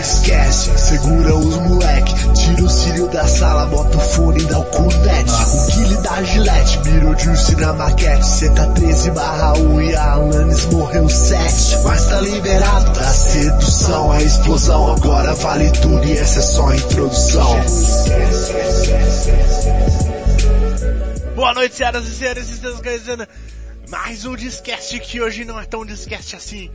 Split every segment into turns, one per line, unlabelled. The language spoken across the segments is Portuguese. esquece, segura os moleque Tira o cílio da sala, bota o fone e dá o cunete O guile da gilete, mirou juice na maquete Senta 13 barra 1 e a Alanis morreu 7 Mas tá liberado da sedução, a explosão Agora vale tudo e essa é só a introdução
Boa noite, senhoras e senhores, estamos começando mais um Discast que hoje não é tão Discast assim,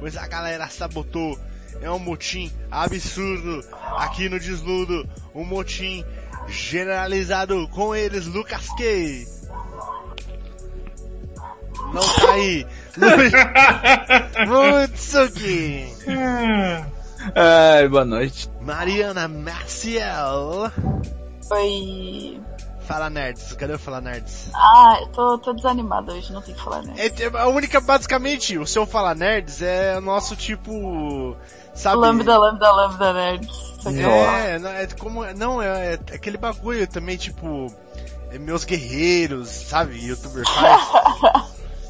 pois a galera sabotou. É um motim absurdo aqui no Desludo, um motim generalizado com eles, Lucas Key. Não tá aí. Lu- Mutsuki.
Ai, boa noite.
Mariana Maciel.
Foi.
Fala nerds, cadê eu falar nerds?
Ah, eu tô, tô desanimada hoje, não tem o que falar, né?
É, é, a única, basicamente, o seu Fala Nerds é o nosso tipo. Sabe?
Lambda, lambda, lambda, nerds.
Tá
Só que-
É, não, é como. Não, é, é aquele bagulho também, tipo. É meus guerreiros, sabe? Youtuber faz.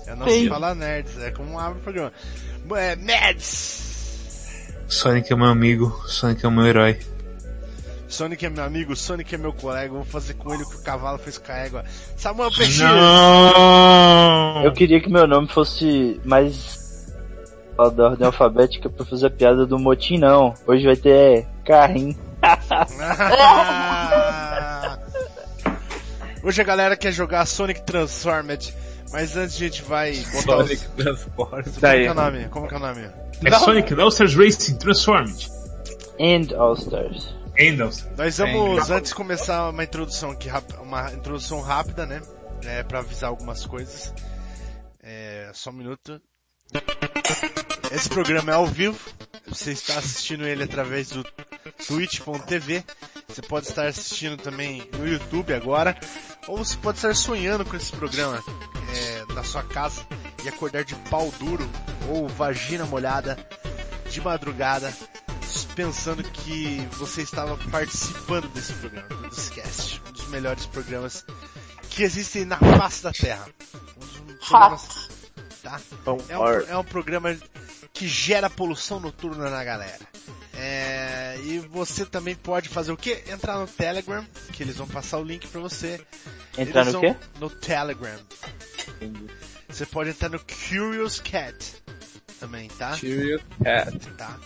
É o nosso
Sim.
Fala Nerds, é como abre o programa. É, nerds!
Sonic é meu amigo, Sonic é meu herói.
Sonic é meu amigo, Sonic é meu colega, vou fazer com ele o que o cavalo fez com a égua. Samuel Peixinho!
Não!
Eu queria que meu nome fosse mais ó, da ordem alfabética pra fazer a piada do motim, não. Hoje vai ter carrinho.
Hoje a galera quer jogar Sonic Transformed, mas antes a gente vai botar os...
Sonic Transporte.
Como que é o nome? Como que é o nome?
É Sonic All Stars Racing Transformed.
And All Stars.
Endels.
Nós vamos, antes de começar uma introdução aqui, rap- uma introdução rápida, né? É, pra avisar algumas coisas. É, só um minuto. Esse programa é ao vivo. Você está assistindo ele através do twitch.tv. Você pode estar assistindo também no YouTube agora. Ou você pode estar sonhando com esse programa é, na sua casa e acordar de pau duro ou vagina molhada de madrugada pensando que você estava participando desse programa, do Discast, um dos melhores programas que existem na face da Terra. Um dos programas,
Fato.
tá? É um, é um programa que gera poluição noturna na galera. É, e você também pode fazer o quê? Entrar no Telegram, que eles vão passar o link pra você.
Entrar
Eles
no
vão-
quê?
No Telegram. Você pode entrar no Curious Cat também, tá?
Tio Cat.
tá?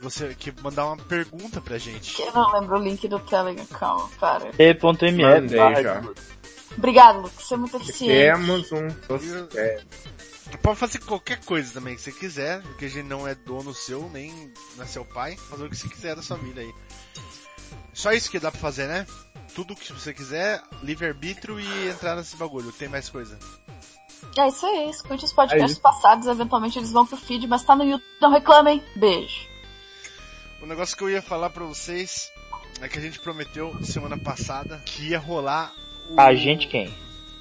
Você que mandar uma pergunta pra gente.
Eu não lembro o link do Telegram, calma, para.
T.me.
Mandei
barra
já.
Desludo.
Obrigado, Lucas, você é muito eficiente.
Temos um é,
Pode fazer qualquer coisa também que você quiser, porque a gente não é dono seu, nem não é seu pai. Fazer o que você quiser da sua vida aí. Só isso que dá pra fazer, né? Tudo que você quiser, livre-arbítrio e entrar nesse bagulho. Tem mais coisa.
É isso aí, escute os podcasts
É isso.
passados, eventualmente eles vão pro feed, mas tá no YouTube, não reclamem. Beijo.
O negócio que eu ia falar pra vocês é que a gente prometeu semana passada que ia rolar o...
Ah, A gente quem?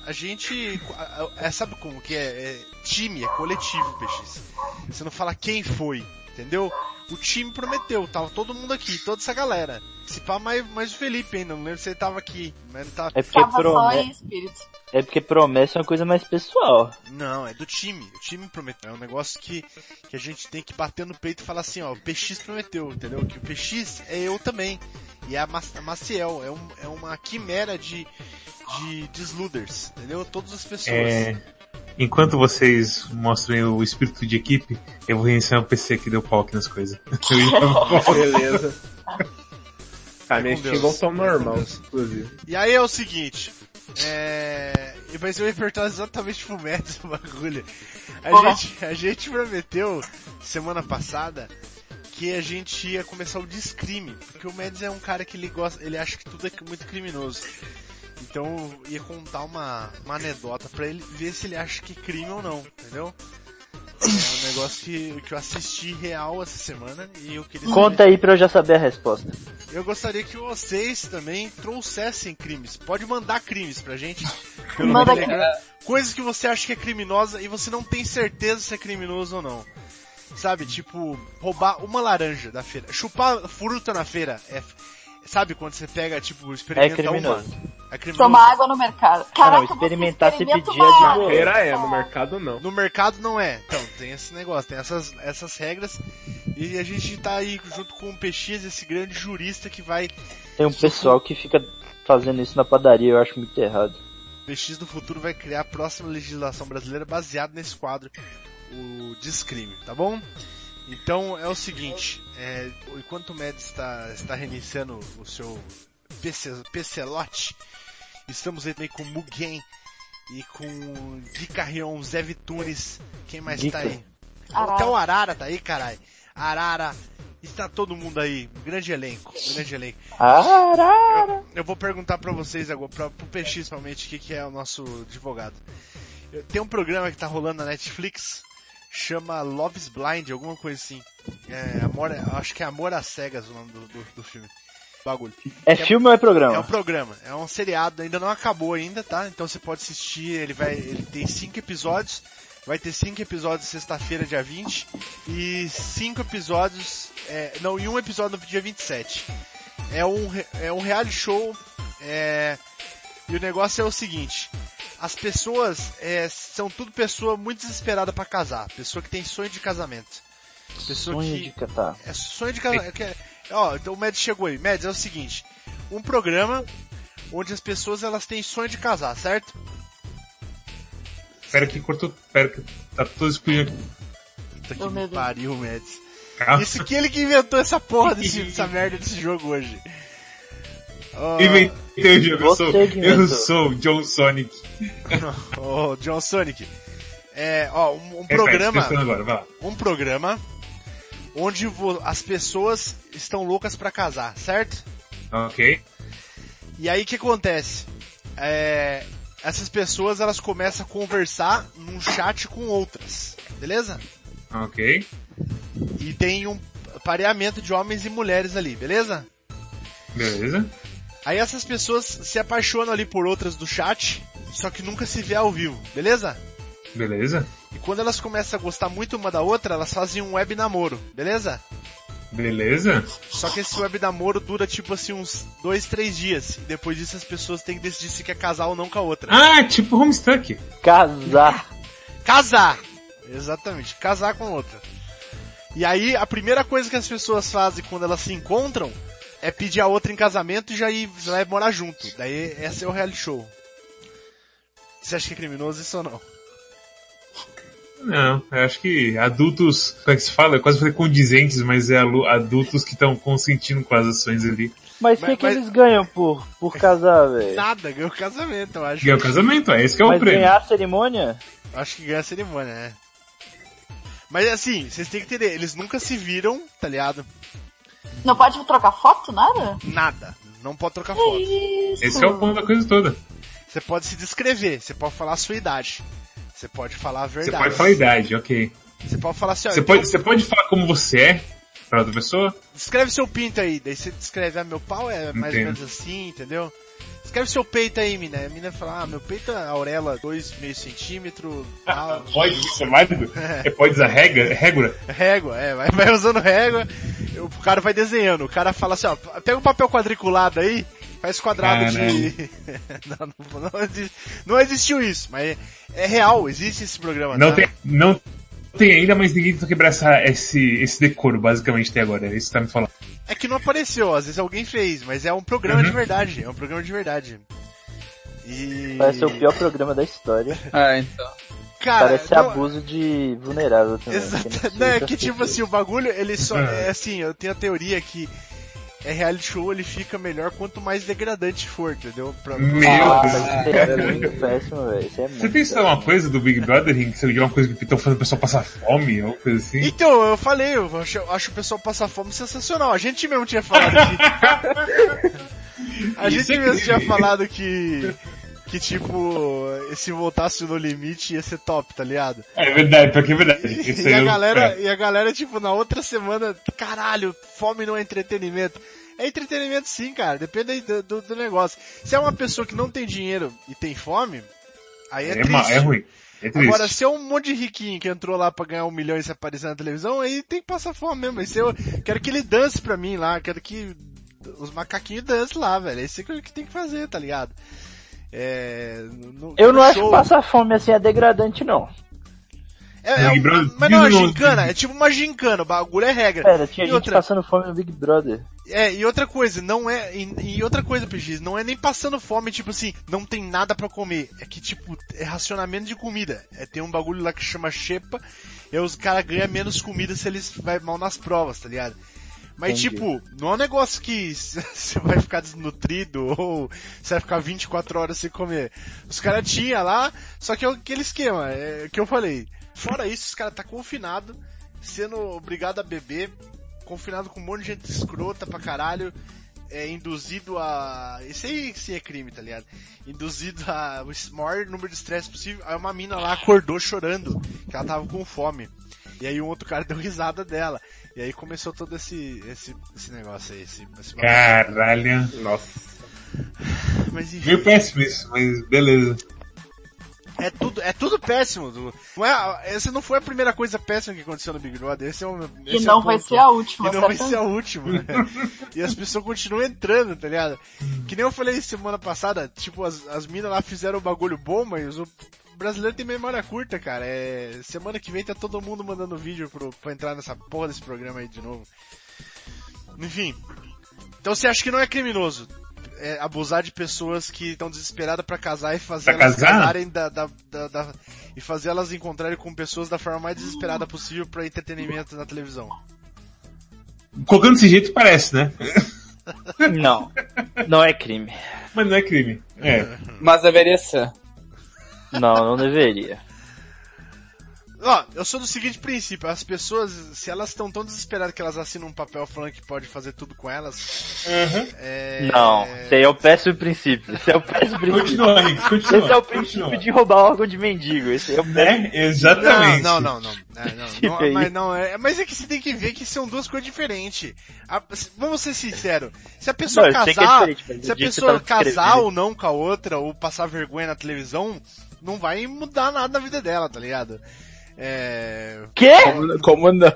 A gente. a- a- é- sabe como que é? É time, é coletivo, peixes. Você não fala quem foi, entendeu? O time prometeu, tava todo mundo aqui, toda essa galera. Se pá, mais, mais o Felipe ainda, não lembro se ele tava aqui, mas ele tá- tava.
É porque,
Tava só em
promessa,
espírito.
é porque promessa é uma coisa mais pessoal.
Não, é do time. O time prometeu. É um negócio que, que a gente tem que bater no peito e falar assim, ó, o PX prometeu, entendeu? Que o PX é eu também. E é a, Ma- a Maciel, é, um- é uma quimera de, de desluders, entendeu? Todas as pessoas.
É, enquanto vocês mostram o espírito de equipe, eu vou reiniciar o PC que deu pau aqui nas coisas.
beleza. A
Vai
minha
com
Steam
Deus.
voltou ao
Vai com
normal,
Deus.
inclusive.
E aí é o seguinte, é... Mas eu ia apertar exatamente pro método o bagulho. A
Porra.
gente, a gente prometeu semana passada que a gente ia começar o descrime, porque o Mads é um cara que ele gosta, ele acha que tudo é muito criminoso. Então eu ia contar uma, uma anedota pra ele ver se ele acha que é crime ou não, entendeu? É um negócio que, que eu assisti real essa semana e eu
Uhum.
queria saber-
Conta aí pra eu já saber a resposta.
eu gostaria que vocês também trouxessem crimes. Pode mandar crimes pra gente pelo
Manda
Telegram. Coisas que você acha que é criminosa e você não tem certeza se é criminoso ou não. Sabe, tipo, roubar uma laranja da feira. Chupar fruta na feira é. f- Sabe quando você pega, tipo,
É
experimenta
criminoso.
uma. É criminoso.
Tomar água no mercado. Caraca, você
experimentar se
experimenta
pedir é
uma
de
Ah,
água.
boa.
Feira é, no mercado não.
No mercado não é. Então, tem esse negócio, tem essas, essas regras. E a gente tá aí junto com o Peixias, esse grande jurista que vai.
Tem um pessoal que fica fazendo isso na padaria, eu acho muito errado.
O PX do futuro vai criar a próxima legislação brasileira baseada nesse quadro, o Descrime, tá bom? Então é o seguinte, é, enquanto o Med está, está reiniciando o seu PC, PClote, estamos aí também com o Mugen e com o Gui Carrion, Zé Vitunes, quem mais tá
Gica.
aí?
Arara.
Até o Arara tá aí, caralho. Arara, está todo mundo aí, grande elenco, grande elenco.
Arara!
Eu vou perguntar pra vocês agora, pra, pro PX principalmente, o que, que é o nosso advogado. Eu- Tem um programa que tá rolando na Netflix, chama Love's Blind, alguma coisa assim. É, amor, acho que é Amor às Cegas o nome do, do, do filme. Bagulho.
É filme ou é
É um
programa?
programa, é um seriado, ainda não acabou ainda, tá? Então você pode assistir, ele vai, ele tem cinco episódios, vai ter cinco episódios sexta-feira, dia 20, e cinco episódios, é, não, e um episódio no dia 27. É um, re- é um reality show, é, e o negócio é o seguinte, as pessoas é, são tudo pessoa muito desesperada pra casar, pessoa que tem sonho de casamento. Pessoa
Sonho
que...
de catar.
É sonho de cada. é que é- Ó, então o Mads chegou aí. Mads, é o seguinte: um programa onde as pessoas elas têm sonho de casar, certo?
Espera que cortou. Espera que tá todo escuro aqui. Ah,
Puta que
Meu
me
Deus.
pariu, Mads.
Calma.
Isso que ele que inventou essa porra desse, dessa merda desse jogo hoje. Ó,
Inventei o jogo, eu
Você
sou,
que
eu
inventou.
sou o John Sonic.
Ô, John Sonic. É, ó, um, um
É, tá,
programa.
descansando agora, vai lá.
um programa onde vo- as pessoas estão loucas pra casar, certo?
Ok.
E aí o que acontece? É, essas pessoas elas começam a conversar num chat com outras, beleza?
Ok.
E tem um pareamento de homens e mulheres ali, beleza?
Beleza.
Aí essas pessoas se apaixonam ali por outras do chat, só que nunca se vê ao vivo, beleza?
Beleza.
E quando elas começam a gostar muito uma da outra, elas fazem um web namoro, beleza?
Beleza.
Só que esse web namoro dura tipo assim uns dois, três dias. E depois disso as pessoas têm que decidir se quer casar ou não com a outra.
Ah, tipo Homestuck.
Casar!
Casar! Exatamente, casar com outra. E aí, a primeira coisa que as pessoas fazem quando elas se encontram é pedir a outra em casamento e já ir, já ir morar junto. Daí, esse é o reality show. Você acha que é criminoso isso ou não?
Não, eu acho que adultos, como é que se fala? Eu quase falei condizentes, mas é alu- adultos que estão consentindo com as ações ali.
Mas o
Mas-
que, que
mas-
eles ganham por, por casar, velho?
Nada, ganhou casamento, eu acho.
E é o casamento, é esse que é o
Mas
prêmio.
ganhar a cerimônia?
Acho que ganha a cerimônia, né? Mas assim, vocês têm que entender, eles nunca se viram, tá ligado?
Não pode trocar foto, nada?
Nada. Não pode trocar
Que
foto.
isso?
Esse é o ponto da coisa toda.
Você pode se descrever, você pode falar a sua idade. Você pode falar a
Você
verdade.
pode falar a idade, ok.
Você pode falar assim, ó,
Você
eu
pode, você pode falar como você é pra outra pessoa?
Descreve seu pinto aí, daí você descreve, ah, meu pau é mais
Entendo.
ou menos assim, entendeu? Descreve seu peito aí, mina. A mina fala, ah, meu peito é auréola 2,5 centímetro, tal.
Pode, isso é válido? É pode a regra? regra?
régua, é, vai, vai usando régua, o cara vai desenhando. O cara fala assim, ó, pega um papel quadriculado aí, faz quadrado de... não, não, não exi- não existiu isso, mas é, é real, existe esse programa.
Não
tá?
tem, não tem ainda, mas ninguém tentou quebrar essa, esse, esse decoro, basicamente, até agora. É isso que tá me falando.
É que não apareceu, às vezes alguém fez, mas é um programa
Uhum.
de verdade, é um programa de verdade. E...
Parece ser o pior programa da história.
Ah, então.
Cara,
Parece
Ah, não-
abuso de vulnerável também. que
Exato.
não
Não, é
precisa
que tipo
ser.
assim, o bagulho, ele só.
É.
É assim, eu tenho a teoria que é reality show, ele fica melhor quanto mais degradante for, entendeu? Pra-
Meu
Ah,
Deus.
mas isso é muito péssimo, velho. Isso é muito
Você pensa em
péssimo.
uma coisa do Big Brother, Henrique? Se alguma coisa que estão fazendo o pessoal passar fome ou coisa assim?
Então, eu falei, eu acho, eu acho o pessoal passar fome sensacional. A gente mesmo tinha falado que. a
Isso
gente
é
mesmo tinha
incrível.
falado que. Que tipo, se voltasse no limite ia ser top, tá ligado?
É verdade, porque é verdade. Isso
e,
aí
a
eu-
galera,
é.
e a galera, tipo, na outra semana, caralho, fome não é entretenimento. É entretenimento sim, cara, depende aí do, do- do negócio. Se é uma pessoa que não tem dinheiro e tem fome, aí é,
É,
triste.
ma- é ruim. É triste.
Agora, se é um monte de riquinho que entrou lá pra ganhar um milhão e se aparecer na televisão, aí tem que passar fome mesmo. Aí se eu quero que ele dance pra mim lá, quero que os macaquinhos dancem lá, velho. É isso que que tem que fazer, tá ligado? É, no- no-
Eu
no
não acho
show-
que passar fome assim é degradante, não.
É, é
Big
um-
Brother,
mas não é uma
Big Brother.
gincana, é tipo uma gincana, o bagulho é regra.
Pera, tinha
E
gente
outra?
passando fome no Big Brother.
É, e outra coisa, não é. E, e outra coisa, PX, não é nem passando fome, tipo assim, não tem nada pra comer. É que, tipo, é racionamento de comida. É, tem um bagulho lá que chama xepa, e os caras ganham menos comida se eles vai mal nas provas, tá ligado? Mas,
Entendi.
tipo, não é um negócio que você vai ficar desnutrido ou você vai ficar 24 horas sem comer. Os caras tinham lá, só que é aquele esquema, é que eu falei. Fora isso, os caras tá confinado, sendo obrigado a beber, confinado com um monte de gente escrota pra caralho, é induzido a. Isso aí sim é crime, tá ligado? Induzido a o maior número de estresse possível. Aí uma mina lá acordou chorando, que ela tava com fome. E aí um outro cara deu risada dela. E aí começou todo esse, esse, esse negócio aí, esse, esse
Caralho.
Nossa.
Mas enfim.
Meio péssimo isso, mas beleza.
É tudo, é tudo péssimo. Du. Não é, essa não foi a primeira coisa péssima que aconteceu no Big Brother. Esse é um,
Que não vai ser a última,
E não vai
certo?
ser a última. né? e as pessoas continuam entrando, tá ligado? Que nem eu falei semana passada, tipo, as, as minas lá fizeram o bagulho bom, mas o brasileiro tem memória curta, cara. É, semana que vem tá todo mundo mandando vídeo pro, pra entrar nessa porra desse programa aí de novo. Enfim. Então você acha que não é criminoso é, abusar de pessoas que estão desesperadas pra casar e fazer
Pra
elas
casar?
casarem da, da, da- da- e fazer elas encontrarem com pessoas da forma mais desesperada possível pra entretenimento na televisão.
Colocando desse jeito parece, né?
Não. Não é crime.
Mas não é crime. É.
Mas deveria ser.
Não, não deveria.
Ó, eu sou do seguinte princípio, as pessoas, se elas estão tão desesperadas que elas assinam um papel falando que pode fazer tudo com elas,
Uhum.
é...
Não, esse aí é o péssimo princípio. Esse é o péssimo princípio.
Continua, Henrique, continua.
Esse é o princípio
continua.
de roubar órgão de mendigo. Esse é o péssimo.
Né? Exatamente.
Não, não, não. não. É, não, não,
aí.
mas, não é, mas é que você tem que ver que são duas coisas diferentes. A- se- vamos ser sinceros. Se a pessoa
Não, eu sei que é
casar,
diferente,
se
mas do
a
jeito que
pessoa
você tá
casar
descrevendo.
ou não com a outra, ou passar vergonha na televisão, não vai mudar nada na vida dela, tá ligado? É...
Quê?
Como não?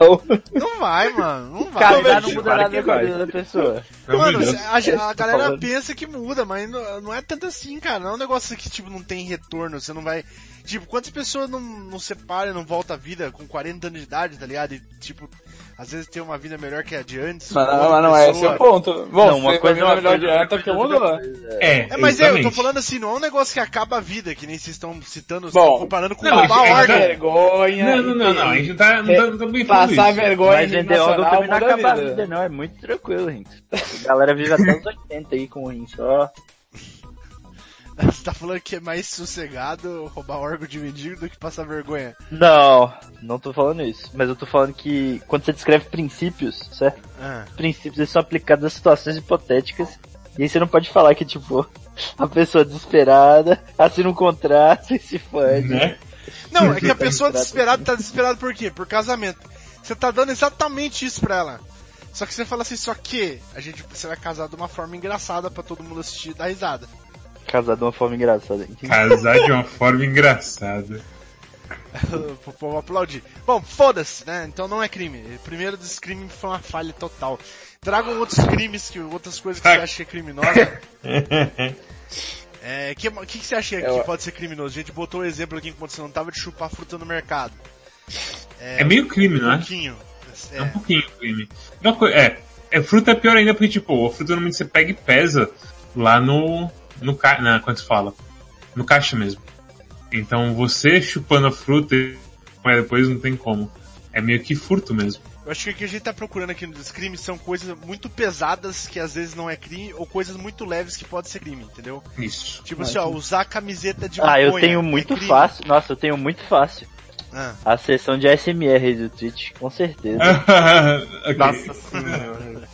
Não vai, mano. Não vai.
Casar não
Claro
muda nada
que
na
vai.
vida da pessoa.
Pelo amor
Mano,
de Deus.
a, a- a
Tá
galera
falando.
pensa que muda, mas não, não é tanto assim, cara. Não é um negócio que, tipo, não tem retorno, você não vai... Tipo, quantas pessoas não, não separam, não voltam à vida com 40 anos de idade, tá ligado? E, tipo, às vezes tem uma vida melhor que a de antes.
Mas
outra
não, mas não é esse
pessoa-
o ponto. Bom,
Não, uma
uma
coisa
coisa
é uma
melhor
coisa,
de
outra
antes que
coisa é outra
mudou.
É,
É, mas é, eu tô
exatamente.
falando assim, não é um negócio que acaba a vida, que nem vocês estão citando, vocês
Bom,
estão comparando com
não,
roubar
é que-
órgão.
é
Vergonha.
Não, não, não, não. A gente não tá, não tá, não tá bem falando
Passar
isso.
vergonha
Mas
em rede
vender órgão
nacional
também não
muda a
acaba a
vida.
vida, não. É muito tranquilo, gente. A galera vive até os 80 aí com o rim só.
Você tá falando que é mais sossegado roubar órgão de mendigo do que passar vergonha.
Não, não tô falando isso. Mas eu tô falando que quando você descreve princípios, certo?
Ah.
Princípios eles são aplicados a situações hipotéticas. E aí você não pode falar que, tipo, a pessoa desesperada assina um contrato e se fode.
Né?
Não, é que a pessoa
Contrato.
desesperada tá desesperada por quê? Por casamento. Você tá dando exatamente isso pra ela. Só que você fala assim, só que a gente, você vai casar de uma forma engraçada pra todo mundo assistir e dar risada.
Casado de uma forma engraçada. entende?
Casar de uma forma engraçada.
Pro povo aplaudir. Bom, foda-se, né? Então não é crime. O primeiro desse crime foi uma falha total. Tragam outros crimes, que, outras coisas que você acha que é criminosa. É, que, que, que você acha que
Eu-
pode ser criminoso? A gente botou o exemplo aqui enquanto você não tava de chupar fruta no mercado.
É meio crime, não
Um
é?
pouquinho.
É um
É,
pouquinho crime. Uma co- é, é, fruta é pior ainda porque, tipo, a fruta normalmente você pega e pesa lá no. no ca... na, quando se fala? No caixa mesmo. Então você chupando a fruta, mas depois não tem como. É meio que furto mesmo.
Eu acho que o que a gente tá procurando aqui nos crimes são coisas muito pesadas que às vezes não é crime ou coisas muito leves que pode ser crime, entendeu?
Isso.
Tipo assim, ó, usar a camiseta de
Ah, eu
maconha
tenho
é
muito
crime.
fácil. Nossa, eu tenho muito fácil.
Ah.
A sessão de ASMR do Twitch, com certeza.
Ok.
Nossa senhora.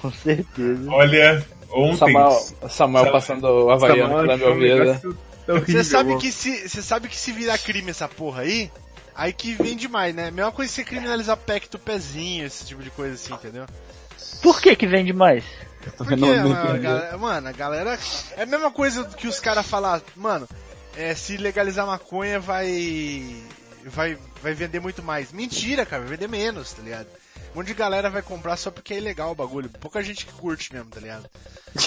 Com certeza.
Olha, ontem.
Samuel, Samuel passando o Havaiano pela minha vida.
Você sabe que se você sabe que se virar crime essa porra aí, aí que vem demais, né? Mesma coisa que você criminalizar PEC do pezinho, esse tipo de coisa assim, entendeu?
Por que que vende mais?
Porque, mano, a galera, mano, a galera. É a mesma coisa que os caras falar, mano, é, se legalizar maconha vai. Vai, vai vender muito mais. Mentira, cara, vai vender menos, tá ligado? Um monte de galera vai comprar só porque é ilegal o bagulho. Pouca gente que curte mesmo, tá ligado?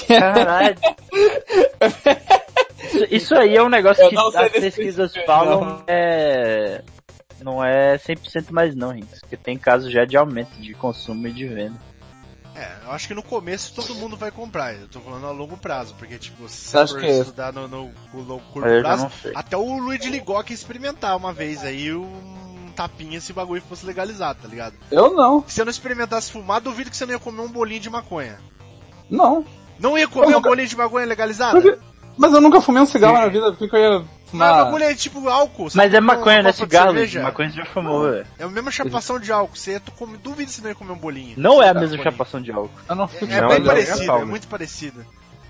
Caralho. Isso, isso aí é um negócio
Eu
que
não sei
as
desse
pesquisas
princípio,
falam
não.
é Não é 100% mais não, Rinks. Porque tem casos já de aumento de consumo e de venda.
É, eu acho que no começo todo mundo vai comprar. Eu tô falando a longo prazo, porque tipo, se
Você acha
for
que- é
estudar no, no, no longo- curto
Eu já
prazo,
não sei.
até o Luigi Ligock experimentar uma vez aí um tapinha esse bagulho fosse legalizado, tá ligado?
Eu não.
Se eu não experimentasse fumar, duvido que você não ia comer um bolinho de maconha.
Não.
Não ia comer
Eu
um
nunca-
bolinho de maconha legalizada?
Por quê? Mas eu nunca fumei um cigarro na vida, por que que eu ia
Mas o
fumar?
bagulho é tipo álcool. você
Mas é
toma um
maconha,
copo
né?
de
Cigarro,
cerveja,
Luigi. Maconha você já fumou, velho.
É a mesma chapação de álcool. Você tu come, duvido que você não ia comer um bolinho.
Não é a
Tá,
mesma
bolinho.
chapação de álcool.
Eu não fico
É
fumando.
bem
é
parecido,
legal,
é
né?
muito parecido.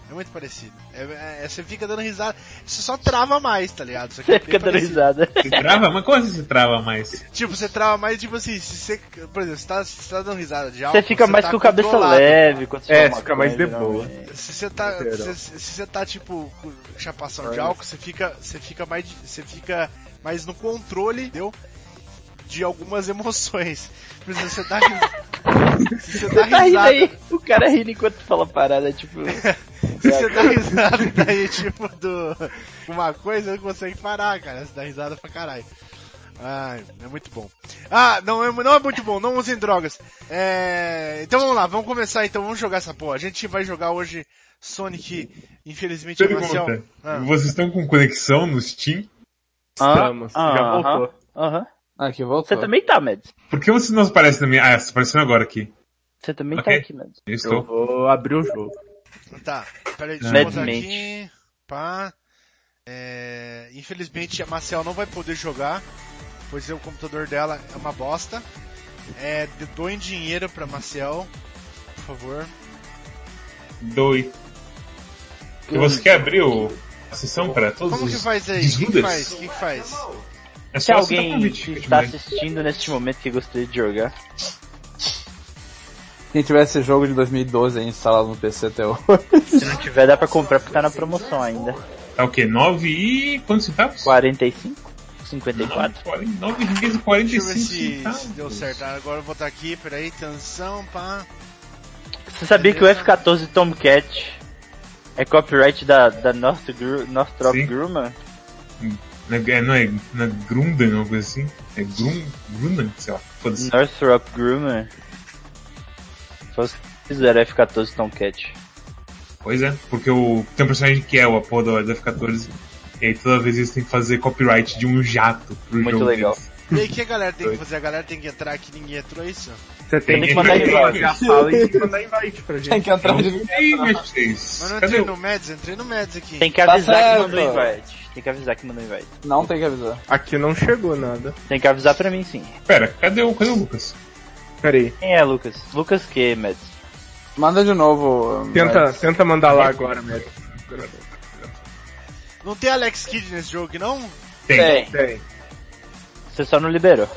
É muito parecido. É, é- é- você fica dando risada. Você só trava mais, tá ligado? Isso aqui é
Você
bem
fica dando
parecido.
risada.
Você trava? Mas como assim você trava mais?
Tipo, você trava mais, tipo assim, se você, por exemplo, você tá, você tá dando risada de álcool.
Você fica mais
tá
com o cabeça
controlado.
leve quando você
É,
fuma
você fica mais
maconha,
de boa.
geralmente.
Se você tá,
Entendeu?
se, se você tá tipo com chapação de álcool, você fica, você fica mais, você fica mais no controle, entendeu? De algumas emoções. Por exemplo, você tá, ris- se você tá
Tá rindo
risada,
aí. O cara rindo enquanto fala parada, é tipo.
se você tá risada daí tipo do uma coisa, não consegue parar, cara. Você dá risada pra caralho. Ai, é muito bom. Ah, não é, não é muito bom, não usem drogas. É, então vamos lá, vamos começar então, vamos jogar essa porra. A gente vai jogar hoje Sonic, infelizmente, Marcial.
Pergunta.
Ah.
Vocês estão com conexão no Steam?
Estamos,
Ah,
já
aham,
voltou.
Aham.
Aqui, voltou.
Você também tá, Mads.
Por que você não aparece na minha. Ah, você apareceu agora aqui.
Você também
Ok.
tá aqui, Mads.
Eu
Eu
estou.
vou abrir o jogo.
Tá, peraí, deixa eu
Mad
botar
Mint.
aqui. Pá. É, infelizmente a Marcial não vai poder jogar, pois o computador dela é uma bosta. É, de- doem dinheiro pra Marcial, por favor.
Doi. E você quer abrir o... a sessão pra todos
Como
os
que faz aí? O que, que
desnudas?
faz? O que, que faz?
É
Se
só aceitar o
alguém tá
convite,
que
Kid
está
Man.
assistindo neste momento que gostaria de jogar,
Quem tiver esse jogo de 2012 aí instalado no PC até hoje.
se não tiver, dá pra comprar porque tá na promoção ainda.
Tá o quê? 9 e... quantos centavos?
45? 54?
9 reais e
Deixa eu
45
ver se,
centavos.
se deu certo. Ah, Agora eu vou botar aqui, peraí, tensão, pá.
Você sabia que o F-14 Tomcat é copyright da, da North Gru- Northrop
Sim.
Grumman?
Não é, não é, não é Grunden, alguma coisa assim? É Grum, Grunden, sei lá. Foda-se.
Northrop Grumman? Foi os que fizeram o F-14 Tomcat.
Pois é, porque o, tem um personagem que é o Apollo do do F-14. E aí toda vez eles têm que fazer copyright de um jato pro
Muito
jogo
legal.
deles.
E aí, o que a galera tem que fazer? A galera tem que entrar aqui, ninguém entrou, é isso?
Você tem
Tem
que
que
mandar
entrar
invite.
na sala e tem que mandar invite pra
Tem
gente.
que entrar de
Eu sei, mas vocês-
Mas não
Cadê
entrei
o...
no Meds, entrei no Meds aqui.
Tem que avisar
certo.
que mandou invite. Tem que avisar que mandou invite.
Não tem que avisar.
Aqui não chegou nada.
Tem que avisar pra mim sim.
Pera, cadê o, cadê o Lucas?
Pera aí.
Quem é Lucas? Lucas que, Mads?
Manda de novo.
Tenta,
Mads.
tenta mandar lá agora, Matt.
Não tem Alex Kidd nesse jogo, não?
Tem.
Tem.
Tem.
Você só não liberou.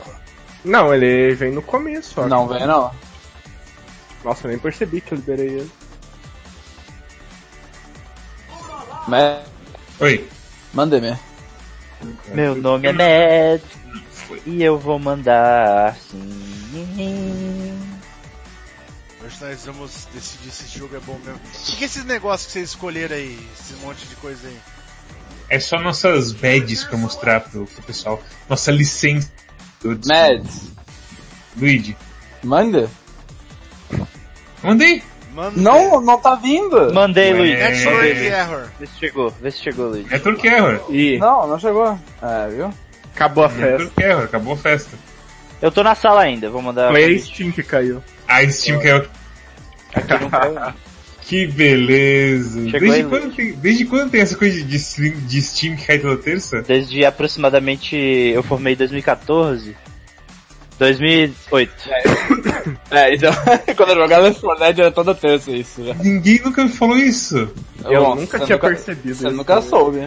Não, ele vem no começo, ó.
Não, velho, não.
Nossa, eu nem percebi que eu liberei ele.
Mas...
Oi.
Manda-me.
Meu nome é
não-
Mads.
Foi.
E eu vou mandar sim.
Hoje nós vamos decidir se esse jogo é bom mesmo. O que é esses negócios que vocês escolheram aí? Esse monte de coisa aí?
É só nossas badges pra mostrar pro, pro pessoal. Nossa licença. Eu
Né?
disse-
Mads,
Luigi.
manda.
Mandei.
Mano,
Não, não tá vindo.
Mandei,
Ué.
Luiz.
Next
É.
Wave Error.
Vê se chegou, vê se chegou, Luiz.
Network Error.
Ih,
Não, não chegou. É, viu?
acabou a festa.
Network Error. Acabou a festa.
Eu tô na sala ainda, vou mandar.
Foi a Steam que caiu.
Ah, esse time caiu.
Aqui
um
não caiu.
Que beleza.
Chegou
Desde
aí,
quando, tem, desde quando tem essa coisa de, Steam- de Steam que cai toda terça?
Desde aproximadamente. Eu formei em 2014. 2008.
É, então, quando eu jogava Left 4 Dead era toda terça isso. já.
Ninguém nunca me falou isso.
Eu
Bom,
nunca
você
tinha percebido
Você
isso
nunca
também.
soube.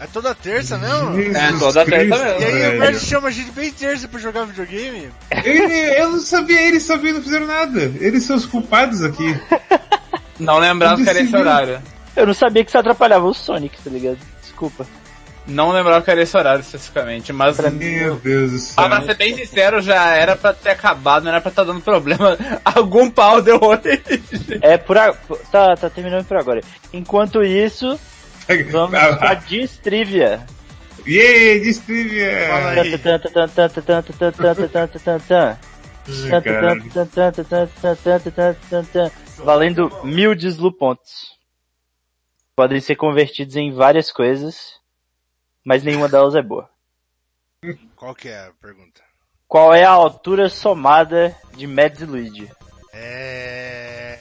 É toda terça, não? E
É, toda terça mesmo.
aí é o
velho.
Bert chama a gente bem terça pra jogar videogame?
Ele- eu não sabia, eles sabiam, não fizeram nada. Eles são os culpados aqui.
Não lembrava que era esse
Decidiu.
horário.
Eu não sabia que isso atrapalhava o Sonic, tá ligado? Desculpa.
Não lembrava que era esse horário especificamente, mas...
Meu Deus do
Ah,
céu.
pra ser bem sincero, já era pra ter acabado, não era pra estar dando problema. Algum pau deu ontem.
É por a... tá, tá
Ah,
terminando por agora. Enquanto isso, vamos pra Distrivia.
Yay, distrivia!
Fala aí.
Ai, caralho.
Valendo mil deslu pontos. Podem ser convertidos em várias coisas, mas nenhuma delas é boa.
Qual que é a pergunta?
Qual é a altura somada de Mads e Luigi?
É...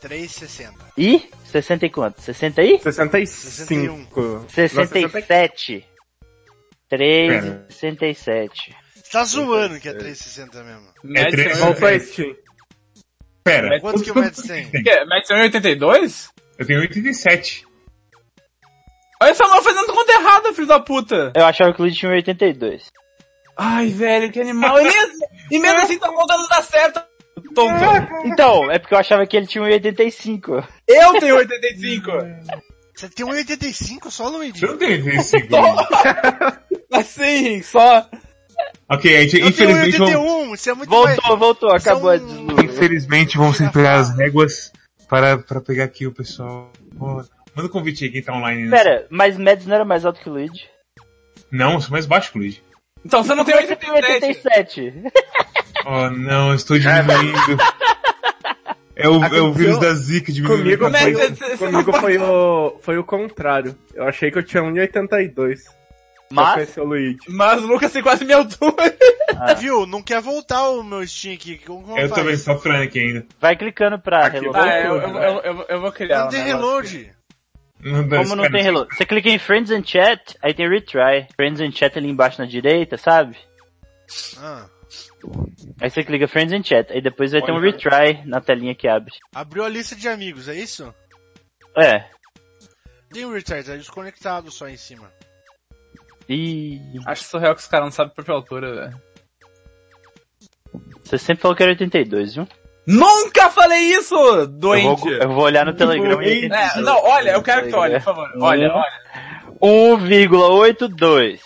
360.
E? 60 e quanto? 60 e?
65.
67. 3 e
Pera.
67.
Você tá zoando que é 360 mesmo.
É
Madison-
três-
Qual foi a Steam?
Pera,
Quanto que o Mads tem?
O quê? Madison é 82?
eu tenho 87.
Olha essa mão fazendo conta errada, filho da puta!
Eu achava que o Luigi tinha um 82.
Ai, velho, que animal! E mesmo, e mesmo assim tua conta não dá certo, tonto!
Então, é porque eu achava que ele tinha 85.
Eu tenho 85!
Você tem 1,85 só, Luigi?
Eu não tenho 85.
Assim, só...
ok, a gente,
Eu tenho
infelizmente, vamos,
1,81. Isso é
tipo,
muito
Voltou, voltou, acabou a
São-
deslu.
infelizmente vamos temperar as réguas para, para pegar aqui o pessoal. Ó, manda um convite aí quem tá online. né?
Pera, mas Mads não era mais alto que o Luigi?
Não, eu sou mais baixo que o Luigi.
Então você não tem
Ele tem
87!
87.
Oh, não, eu estou diminuindo. É o, é o vírus da zica diminuindo.
Comigo foi,
Mas você-
o,
você
comigo
não-
foi o, foi o contrário. Eu achei que eu tinha 1,82. Eu
Mas,
conheci o Luigi.
Mas o Lucas tem quase minha altura!
Viu? Não quer voltar o meu Steam aqui. Como como
Eu
faz?
também sou sofrendo aqui ainda.
vai clicando pra reload.
Ah, eu, eu, eu, eu- eu vou criar
Não
um
tem
né,
negócio.
reload.
Não dá,
Como não
cara.
tem reload? Você clica em Friends and Chat, aí tem Retry. Friends and Chat ali embaixo na direita, sabe?
Ah,
Aí você clica Friends and Chat, aí depois vai ter um Retry na telinha que abre.
abriu a lista de amigos, é isso?
É.
Tem o Richard, tá desconectado só em cima.
Ih,
Acho surreal que os caras não sabem a própria altura, velho.
você sempre falou que era 82, viu?
Nunca falei isso,
Eu vou,
doente!
eu vou olhar no Telegram e...
É, não, olha, eu quero que tu olhe, por favor. é, Olha, olha.
1,82.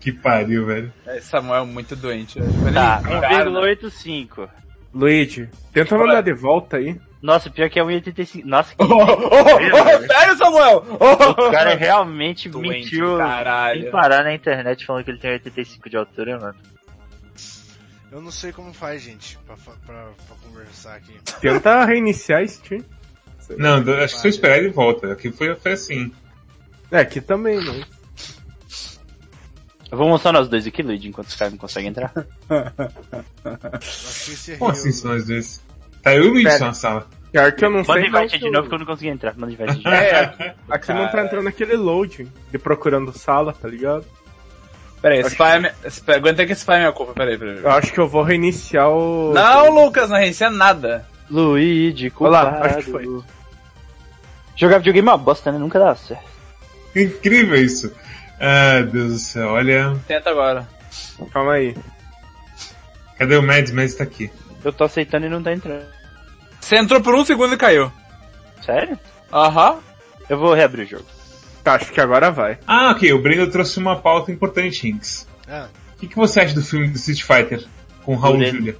Que pariu, velho.
É, Samuel é muito doente. velho.
Tá,
Ele- é cara, né?
1,85.
Luigi, tenta mandar de volta aí.
Nossa, pior que é 1,85. Nossa, que...
Ô, ô, ô, ô, oh, sério, Samuel? Oh,
o
Ô,
cara realmente
Doente,
mentiu. Sem
Caralho.
parar na internet falando que ele tem 85 de altura, mano.
Eu não sei como faz, gente, pra, fa- pra- pra conversar aqui.
Tenta reiniciar a Steam.
Não, eu acho que se eu esperar ele volta. Aqui foi, foi assim.
É, aqui também, né?
Eu vou mostrar nós dois aqui, Luigi, enquanto os caras não conseguem entrar.
Eu acho que esse
Como
é
assim
eu-
são nós dois? Tá eu e o Luigi
Pera.
só na sala.
Pior que eu não
Manda
sei.
invite
não,
de novo que eu não consegui entrar. Manda invite de novo.
É, aqui não tá
Cara.
entrando aquele load de procurando sala, tá ligado?
Peraí, esse pai é minha... esse pai- Aguenta que esse pai é minha culpa, peraí, peraí.
Eu acho que eu vou reiniciar o.
Não, Ah, Lucas, não reinicia nada.
Luigi,
Olha
culpado.
lá, acho que foi.
Jogar videogame é uma bosta, né? Nunca dá certo.
Incrível isso. Ah, Deus do céu, olha.
Tenta agora.
Calma aí.
Cadê o Mads? Mads tá aqui.
Eu tô aceitando e não tá entrando.
Você entrou por um segundo e caiu.
Sério?
Aham.
Eu vou reabrir o jogo.
Tá, acho que agora vai.
Ah, ok, o Breno trouxe uma pauta importante, Hinks.
Ah.
O que, que você acha do filme do Street Fighter com Raul
Breno.
Júlia?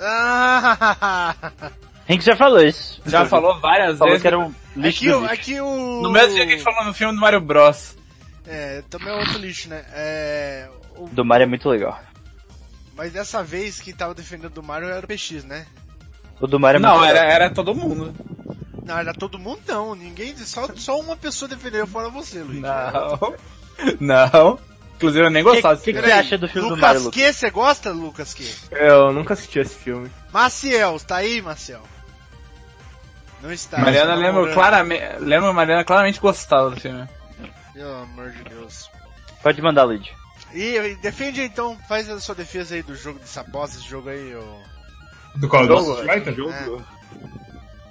Ah,
Henk já falou isso.
Já falou várias
Falou
vezes.
que era um lixo.
aqui,
do
o-
lixo.
aqui o...
No mesmo dia que a gente falou no filme do Mario Bros.
É, também é outro lixo, né? É... o-
Do Mario é muito legal.
Mas dessa vez, quem tava defendendo do Mario era o PX, né?
O do Mario é muito
Não,
legal.
era, era todo mundo.
Não, era todo mundo não. Ninguém... Só, só uma pessoa defendeu, fora você, Luiz.
Não. Não. Inclusive eu nem gostava desse
que-
filme.
Você acha do filme do Mario,
Lucas Q,
Lucas?
você gosta, Lucas Q?
Eu nunca assisti esse filme.
Maciel, tá aí, Maciel? Não está.
Mariana
está
lembra
namorando.
claramente. Lembra Mariana claramente gostava do filme.
Pelo amor de Deus.
Pode mandar, Luigi.
E e defende então, faz a sua defesa aí do jogo dessa bosta, esse jogo aí, ô.
Do qual? Do
Jogo,
Street Fighter?
jogo.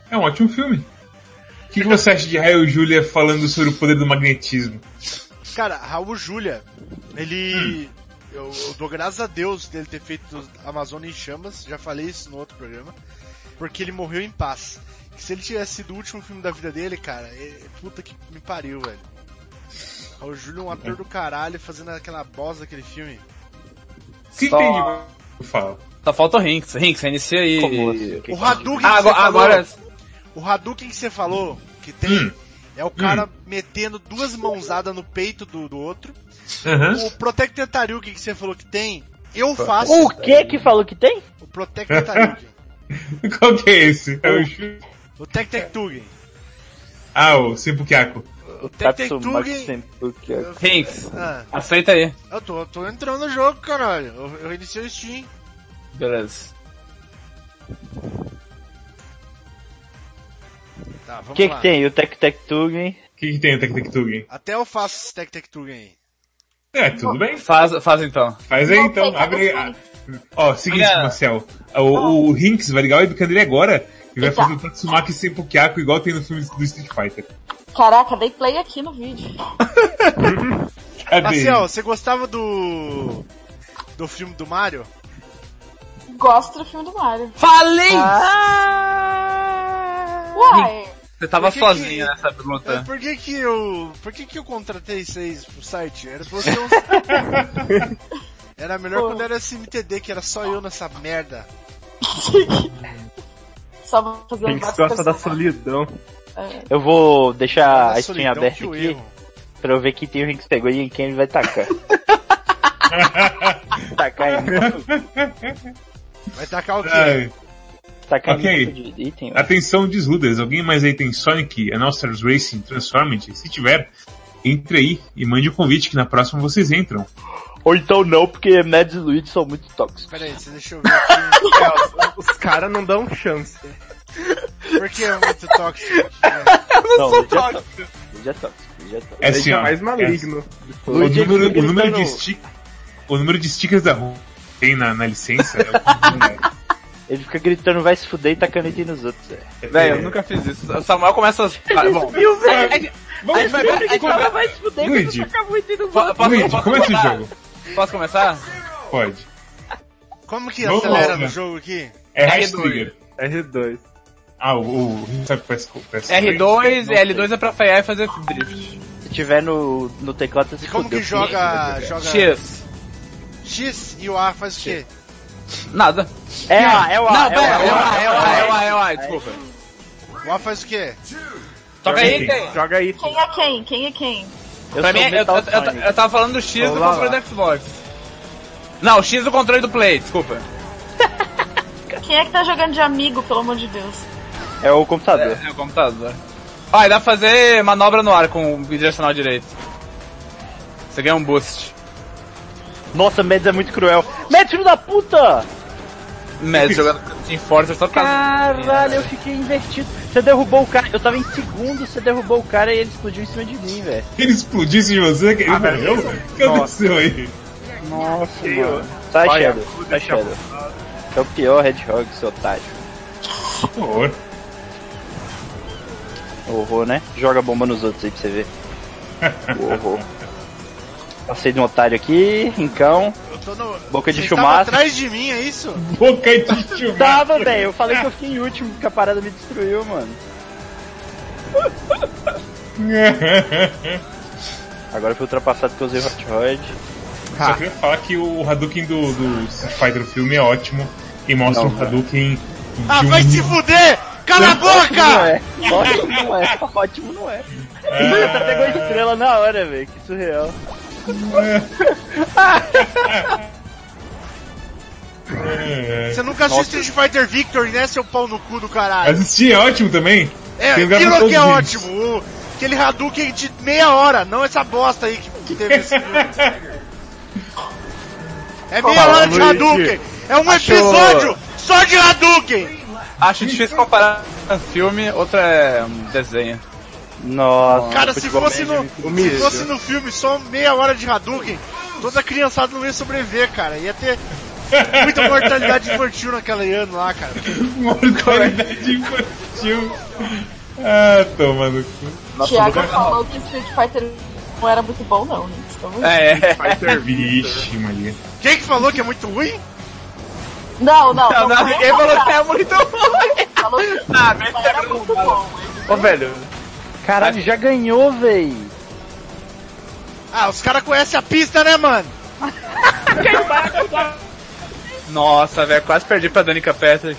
É um ótimo filme. O
Então-
que, que você acha de Raul Júlia falando sobre o poder do magnetismo?
Cara, Raul Júlia, ele.
Hum.
Eu, eu dou graças a Deus dele ter feito Amazônia em Chamas, já falei isso no outro programa, porque ele morreu em paz. Que se ele tivesse sido o último filme da vida dele, cara, é, puta que me pariu, velho. Raul Júlia é um ator do caralho fazendo aquela bosta daquele filme.
Você
Só-
entende o que eu falo?
Só falta o Rinks. Rinks, reinicia aí.
Como assim?
O Hadouken
Ah,
que você
agora,
falou-
agora-
O Hadouken que você falou, que tem,
Hum.
É o cara metendo duas mãozadas no peito do, do outro.
Aham.
O Protect Tentarugue que você falou que tem, eu faço
O
Uh!
que que falou que tem?
o Protect Tentarugue.
Qual que é esse? É o Shu-
O Tec Tec Tugen.
Ah, o Simpukiaku.
O
Tec Tec
Tatsumaku
Tugen.
Senpuku.
Thanks.
Ah,
Aceita aí.
eu tô, tô entrando no jogo, caralho. Eu, eu reiniciei o Steam.
Beleza.
Tá, vamos
O que
lá.
que tem? O Tec Tec Tugen.
O que, que tem o Tectectug?
Até eu faço esse Tec Tec Tugen aí.
É, tudo bem.
Faz, faz então.
Faz aí
Não,
então.
tem
Abre.
que-
a- Ó, seguinte,
Olha-
Marcel. O, o, o Hinks vai ligar o webcam dele agora e vai
Eita.
fazer o Tatsumaki Simpukiaku igual tem no filme do Street Fighter.
Caraca, dei play aqui no vídeo.
Cadê?
Marcel, você gostava do. do filme do Mario?
Gosto do filme do Mario.
Falei!
Uai,
Você tava
Por que
sozinho
que-
nessa pergunta.
É, Por que que eu. Por que que eu contratei vocês pro site? Era pra vocês. uns- era melhor
Pô.
quando era SMTD, que era só eu nessa merda.
só vou fazer um
Quem que gosta da
personagem.
solidão.
É.
Eu vou deixar Ah, a Steam
solidão
aberta
que o
aqui
erro.
pra eu ver quem tem o Rinks pegou e em quem ele vai tacar. tacar em mim.
Vai tacar o quê?
Ai.
Tacar
Ok.
em mim é de item. ó.
Atenção, desruders, alguém mais aí tem Sonic, A Announcer's Racing, Transformed? Se tiver, entre aí e mande o convite que na próxima vocês entram.
Ou então não, porque Mads e Luigi são muito tóxicos.
Pera aí, você deixa eu ver aqui.
É, os os caras não dão chance.
Por que é muito tóxico?
Eu não, Luigi é tóxico. Luigi é tóxico. Luigi é tóxico.
É
Ele
assim,
é
ó,
mais maligno. Tipo,
é- o,
Luigi,
número,
ele
o número
tá
de
no-
stick, o número de stickers da rua que tem na, na licença é o
Ele fica gritando vai se fuder e tacando item nos outros. é.
Velho, eu nunca fiz isso. O Samuel começa. Ah, bom,
Viu, velho?
a gente vai. A gente vai
vai se fuder
quando Luigi.
acabou item nos
po- posso,
Luigi,
posso
começa o
começar?
jogo.
Posso começar?
Pode.
Como que
Vamos
acelera
lá, né?
no jogo aqui?
É
R2.
hashtag.
R2.
Ah, o, o sabe quais- quais-
R2 e L2 é pra falhar e fazer drift.
Se tiver no, no teclado, você se
E como
fudeu, né?
que joga. joga
X.
X e o A faz o quê?
Nada.
É, é o A, é o A.
Não,
é o A,
pera,
é
é
o A.
lá, é lá, é lá, é lá, desculpa.
O A faz o quê?
Toca aí, tem.
Joga aí.
Quem é quem? Quem é quem?
Eu
Pra
sou
mim, eu, eu,
Metal
eu,
Sonic.
eu tava falando do X do
Vamos lá,
controle
lá.
do Xbox. Não, o X do controle do Play, desculpa.
Quem é que tá jogando de amigo, pelo amor de Deus?
É o computador.
É, é o computador. Ah, e dá pra fazer manobra no ar com o direcional direito. Você ganha um boost.
Nossa, Mads é muito cruel. Mads, filho da puta!
Mestre jogando Team Fortress só por causa né?
Caralho, eu fiquei invertido. Você derrubou o cara, eu tava em segundo, você derrubou o cara e ele explodiu em cima de mim, velho.
Ele explodisse em você,
Ah,
que ele morreu?
é
O que aconteceu aí?
Nossa, mano. Sai,
Olha,
Tá Shadow. Sai, Shadow. É o pior Hedgehog, seu otário.
Que horror.
Horror, né? Joga bomba nos outros aí pra você ver. Horror. Passei de um otário aqui, rincão.
Eu tô no.
Boca de
Vocês
Schumacher.
tavam atrás de mim, é isso?
Boca de chuva.
Tava, velho. Eu falei que eu fiquei em último, porque a parada me destruiu, mano. Agora eu fui ultrapassado porque eu usei o Hot Rod. Tá.
Só queria falar que o Hadouken do, do Street Fighter do filme é ótimo e mostra
Não, né?
um Hadouken
Ah,
de um...
vai se
tipo-
fuder! Cala a
Não
boca!
é. Ótimo não é. Ótimo não é. Mano, até pegou a estrela na hora, velho. Que surreal.
É. é.
Você nunca assistiu Street Fighter Victory, né, seu pau no cu do caralho?
Assistir é ótimo também.
É,
Tem lugar pra
Hero que é
todos eles.
ótimo. o- Aquele Hadouken de meia hora, não essa bosta aí que, que teve esse filme. É meia hora de
Luigi.
Hadouken. É um episódio só de Hadouken.
Acho difícil comparar um filme, outra é um desenho.
Nossa.
Cara, se fosse, no, se
humilde.
fosse no filme só meia hora de Hadouken, toda criançada não ia sobreviver, cara. Ia ter muita mortalidade infantil naquele ano lá, cara.
é?
Mortalidade infantil. Ah, toma no cu.
Tiago falou que Street Fighter não era muito bom, não, gente. Tá muito-
É, é.
Fighter Vita.
Vixe, Maria.
Quem que falou que é muito ruim?
Não, não,
Não,
não,
não, ninguém falou que é muito ruim.
falou que Street
Ah,
Fighter era muito bom.
Ô, velho.
Caralho, já ganhou, véi.
Ah, os caras conhecem a pista, né, mano?
Nossa, velho, quase perdi pra Danica Petra.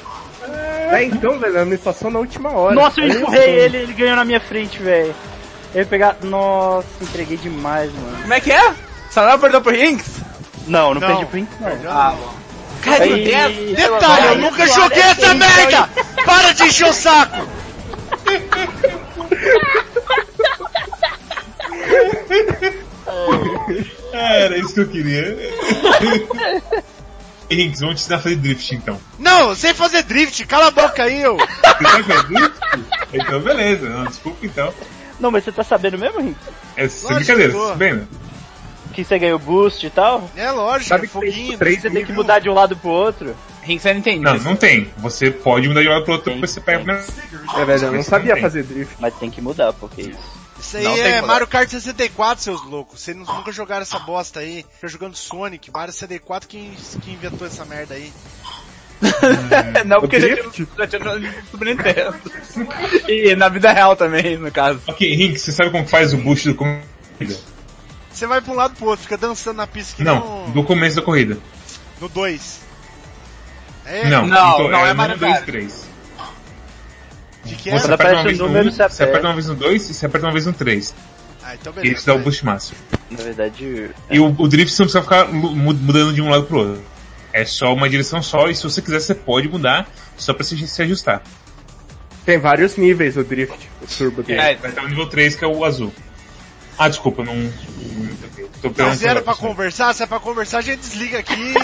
É, então, velho, a administração na última hora.
Nossa, eu
Olha
empurrei
isso.
ele, ele ganhou na minha frente, velho. Eu ia pegar. Nossa, entreguei demais, mano.
Como é que é? Sarau perdeu pro Rinks?
Não, não,
Não.
perdi pro Inks, não.
Ah,
Cara,
Aí.
de
Detalhe, eu nunca joguei essa merda! Para de encher o saco!
É, era isso que eu queria. Henrique, vamos te ensinar a fazer drift então.
Não, eu sei fazer drift, cala a boca aí, eu!
Você sabe fazer drift? Então beleza, não, desculpa então.
Não, mas você tá sabendo mesmo, Rick?
É sem
Lógico,
brincadeira,
boa.
tá vendo?
Que você ganhou boost e tal?
É lógico,
Sabe
é
que
foguinho.
tem tipo, três
Você tem que mudar de um lado pro outro?
Rinks ainda entende.
Não, não tem. Você pode mudar de um lado pro outro, depois você pega a primeira.
É, velho, eu não
Isso
sabia
não tem.
fazer drift.
Mas tem que mudar, porque isso.
Isso aí
Não tem
é
como.
Mario Kart 64, seus loucos. Vocês nu- nunca jogaram essa bosta aí. Fica jogando Sonic, Mario 64 quem, quem inventou essa merda aí.
não porque
O
já tinha, já tinha jogado no Super Nintendo. e na vida real também, no caso.
Ok, Henrique, você sabe como que faz o boost do corrida?
Você vai pra um lado pro outro, fica dançando na pista que
Não,
não.
do começo da corrida.
No 2. É,
Não,
Não,
então,
não é
é
Mario
1, 2,
Kart.
3.
de que é?
Você tá-
Quando
aperta uma
aparece
vez
o
no 1,
número,
você
você
aperta
aperta.
uma vez no 2 e você aperta uma vez no 3.
Ah, então
E
beleza.
isso dá o
vai.
boost máximo.
Na verdade,
E o, o drift você não precisa ficar mu- mu- mudando de um lado pro outro. É só uma direção só e se você quiser você pode mudar só pra se, se ajustar.
Tem vários níveis o drift, o turbo drift.
É,
Vai estar no nível 3 que é o azul. Ah, desculpa, eu não. não toquei. Tô
Mas era pra
conversar.
conversar? Se é pra conversar, a gente desliga aqui.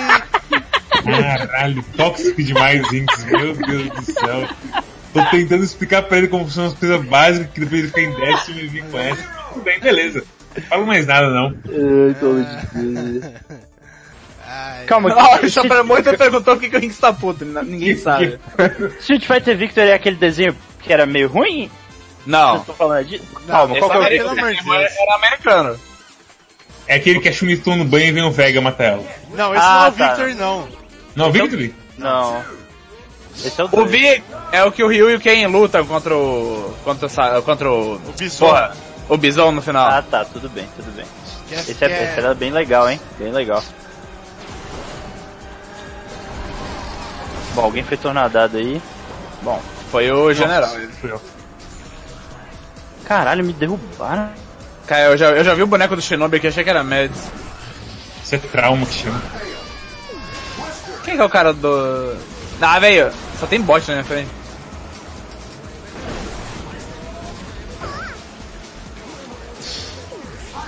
Caralho, tóxico demais, Rinks. Meu Deus do céu. Tô tentando explicar pra ele como funcionam as coisas básicas, que depois ele fica em décimo e vem com essa. Tudo bem, beleza. Não falo mais nada não.
Ah. Ai,
Calma,
Ó, O Chapéu Moita perguntou por que, que o Rinks tá puto. ele não- Ninguém sabe.
Street Fighter Victory é aquele desenho que era meio ruim? Vocês
Não.
estão falando disso?
Calma,
esse
qual que é o
cara,
Rinks?
pelo amor de Deus.
Era americano.
É aquele que a Chumiton no banho e vem o Vega matar ela.
Não, esse
Ah,
não é o
tá.
Victor, não.
Não, Victory?
Não. Esse é o
O
dois.
Vi é o que o Ryu e o Ken lutam contra o. contra o. Sa- contra o.
O Bison.
Porra, o Bison no final.
Ah tá, tudo bem, tudo bem.
Que é-
Esse,
que
é,
é-
esse era bem legal, hein? Bem legal. Bom, alguém foi tornadado aí.
Foi o general.
Caralho, me derrubaram.
Cara, eu já, eu já vi o boneco do Shinobi aqui, achei que era Mads.
Isso é trauma que chama.
Quem que é o cara do. Ah, velho, só tem bot na minha frente.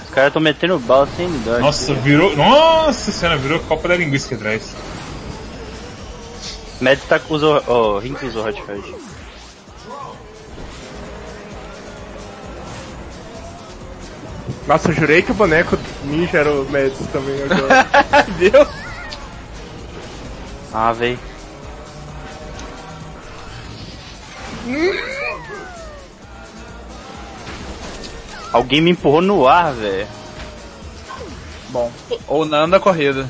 Os caras estão metendo bala sem me dó.
Nossa, virou. Nossa senhora, virou Copa da Linguiça aqui atrás.
Mad tá com os. Oh, Rink usou Hot Fudge.
Nossa, eu jurei que o boneco ninja era o Mads também agora.
Viu?
Ah, véi. Alguém me empurrou no ar, velho.
Ou não na corrida.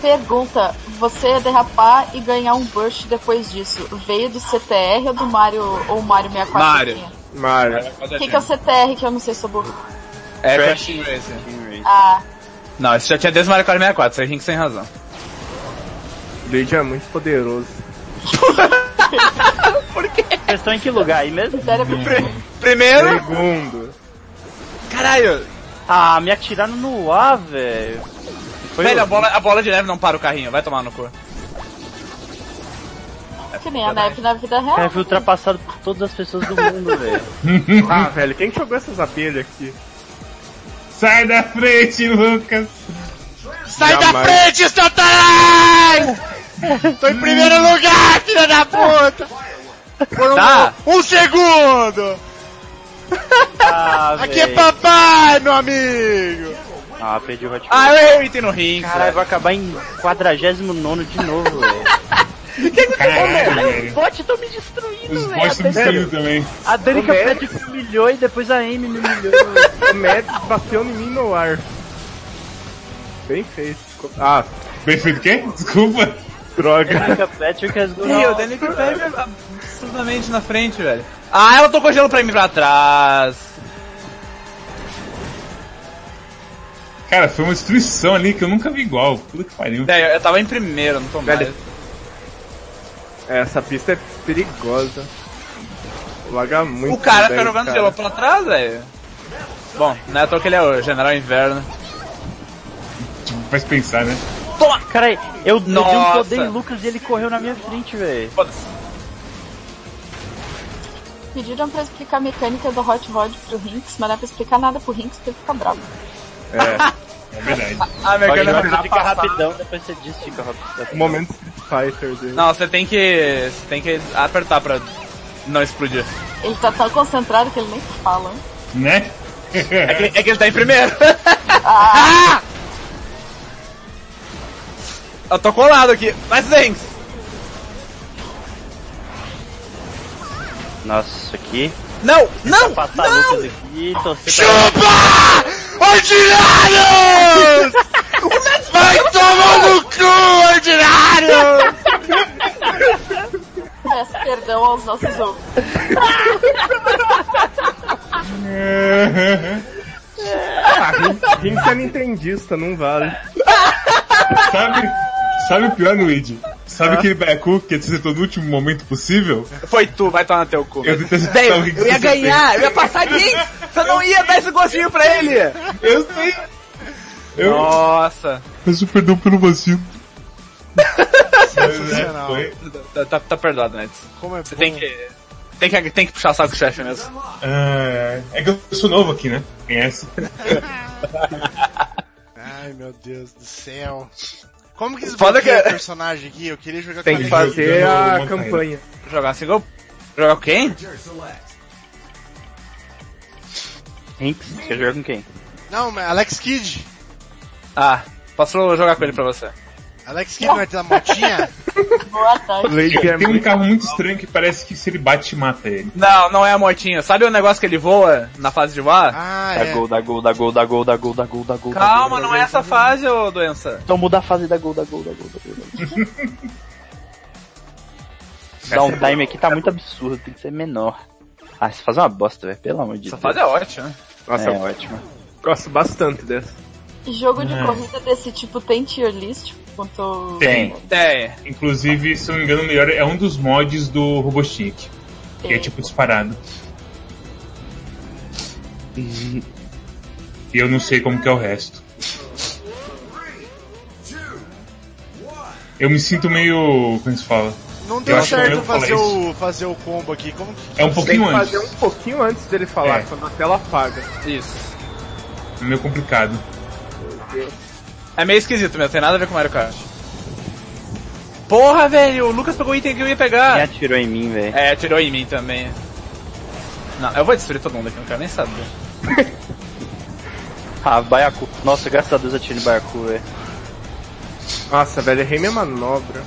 Pergunta, você é derrapar e ganhar um burst depois disso, veio do CTR ou do Mario ou Mario 64?
Mario.
Mario.
O que, que é o CTR que eu não sei sobre o...
É Crash Team Racing.
Ah,
Não, esse já tinha desde o Mario Kart 64, você Rink sem razão.
Luigi é muito poderoso.
Vocês estão em que lugar aí mesmo?
cérebro.
Primeiro.
Segundo.
Caralho!
Ah, me atiraram no ar, velho. Foi
Velho, a
horrível.
bola, a bola de neve não para o carrinho, vai tomar no cu.
Que nem a neve na vida real.
É.
Cara, eu fui ultrapassado por todas as pessoas do mundo, velho.
Ah, velho, quem que jogou essas abelhas aqui?
Sai da frente, Lucas!
Sai da
Jamais.
frente, Satanás! Tô em primeiro lugar, filha da puta! Por um,
Tá.
um segundo!
Ah,
Aqui é
véi.
papai, meu amigo!
Ah, perdi o Hot
Ah, eu errei o item no Rinks.
Caralho, vai acabar em 49 de novo, velho.
Caralho,
Os
velho.
bots estão me destruindo,
Os
velho.
bots estão me destruindo também.
A Danica Patrick me humilhou e depois a Amy me humilhou.
O Mads bateu em mim no ar. Bem feito. Ah,
Bem feito o quê? Desculpa.
droga.
Danica Patrick has gone
Ih, o
all-
Danny Pérez é absurdamente na frente, velho. Ah, ela tocou gelo pra mim pra trás.
Cara, foi uma destruição ali que eu nunca vi igual. Puta que pariu.
Velho, eu tava em primeiro, não tô mais.
Velho. Essa pista é perigosa. é Laga muito.
O tá cara
velho,
fica jogando gelo pra trás, velho. Bom, não é à toa que ele é o General Inverno. É.
Tipo, faz pensar, né?
Cara, eu, eu dei um
Nossa.
poder em Lucas e ele correu na minha frente, velho.
Foda-se.
Pediram pra explicar a mecânica do Hot Rod pro Rinks, mas não é pra explicar nada pro Rinks porque ele fica bravo.
É verdade.
Ah, meu cara,
Pode jogar,
não
fica
passar.
rapidão, depois você diz fica rapidão.
O momento Street Fighter dele.
Não, você tem que. Você tem que apertar pra não explodir.
Ele tá tão concentrado que ele nem fala.
É
Né?
que, é que ele tá em primeiro. Eu tô colado aqui. Mas Zenks!
Nossa, aqui.
Não! Não!
Passar
Tá Não!
Lucas aqui, torcer pra-
Chupa! Ordinários! Vai
Tá, então.
tomar no cu, ordinário!
Peço perdão aos nossos ouvintes.
tá-
Ah, Rinks é nintendista, não vale.
Sabe, sabe o pior, Luigi? Sabe aquele baiacu que te acertou no último momento possível?
Foi tu, vai tomar no teu cu.
Eu tentei acertar
Bem,
o Rick
eu ia
60.
ganhar, eu ia passar quem? Você não ia dar esse um gostinho pra ele!
Eu sei! Eu
Nossa!
peço perdão pelo vacilo.
Sensacional.
é, Foi-
Tá, tá, tá perdoado, Nets.
é Como é
Você tem que, tem que. Tem que puxar saco do chefe mesmo.
Ah, é que eu sou novo aqui, né? Conhece?
Ai, meu Deus do céu. Como que
Foda
desbloqueia o
que-
personagem aqui? Eu queria jogar
Tem
com
que
a
fazer.
Fazer é a
Jogando
campanha.
Jogar single. Jogar quem?
Rinks, você joga com quem?
Não, mas Alex Kidd.
Ah, posso jogar com ele pra você.
Alex Kidd não é da motinha?
Boa tarde.
Lady é
Tem um
muito...
carro muito estranho que parece que se ele bate, mata ele.
Não, não é a motinha. Sabe o negócio que ele voa na fase de voar?
Ah,
Dá
é.
gol, dá gol, dá gol, dá gol, dá gol, dá gol, dá gol.
Calma, não é essa fase, ô doença.
Então muda a fase da gol, da gol, da gol, da gol. Da gol.
é
Downtime aqui tá muito absurdo, tem que ser menor. Ah, essa fase é uma bosta, velho, pelo amor de
Essa
Deus.
fase é ótima.
Nossa,
é
eu
ótima.
gosto bastante dessa.
Jogo
É.
de corrida desse tipo tem tier list? Quanto...
Tem.
É,
Inclusive, se eu não me engano, o melhor é um dos mods do Robochic, que é tipo disparado. E eu não sei como que é o resto. Eu me sinto meio. como se fala?
Não deu
acho que eu
certo
vou falar
fazer
isso.
o, fazer o combo aqui. Como que...
É um
Tem
pouquinho
que fazer
antes.
um pouquinho antes dele falar,
É.
quando a tela apaga.
isso.
É meio complicado.
É meio esquisito mesmo, tem nada a ver com Mario Kart. Porra, velho, o Lucas pegou o item que eu ia
Quem
pegar.
atirou em mim, velho?
É, atirou em mim também. Não, eu vou destruir todo mundo aqui, não quero nem saber.
Ah, Baiacu. Nossa, graças a Deus eu atirei no Baiacu, velho.
Nossa, velho, errei minha manobra.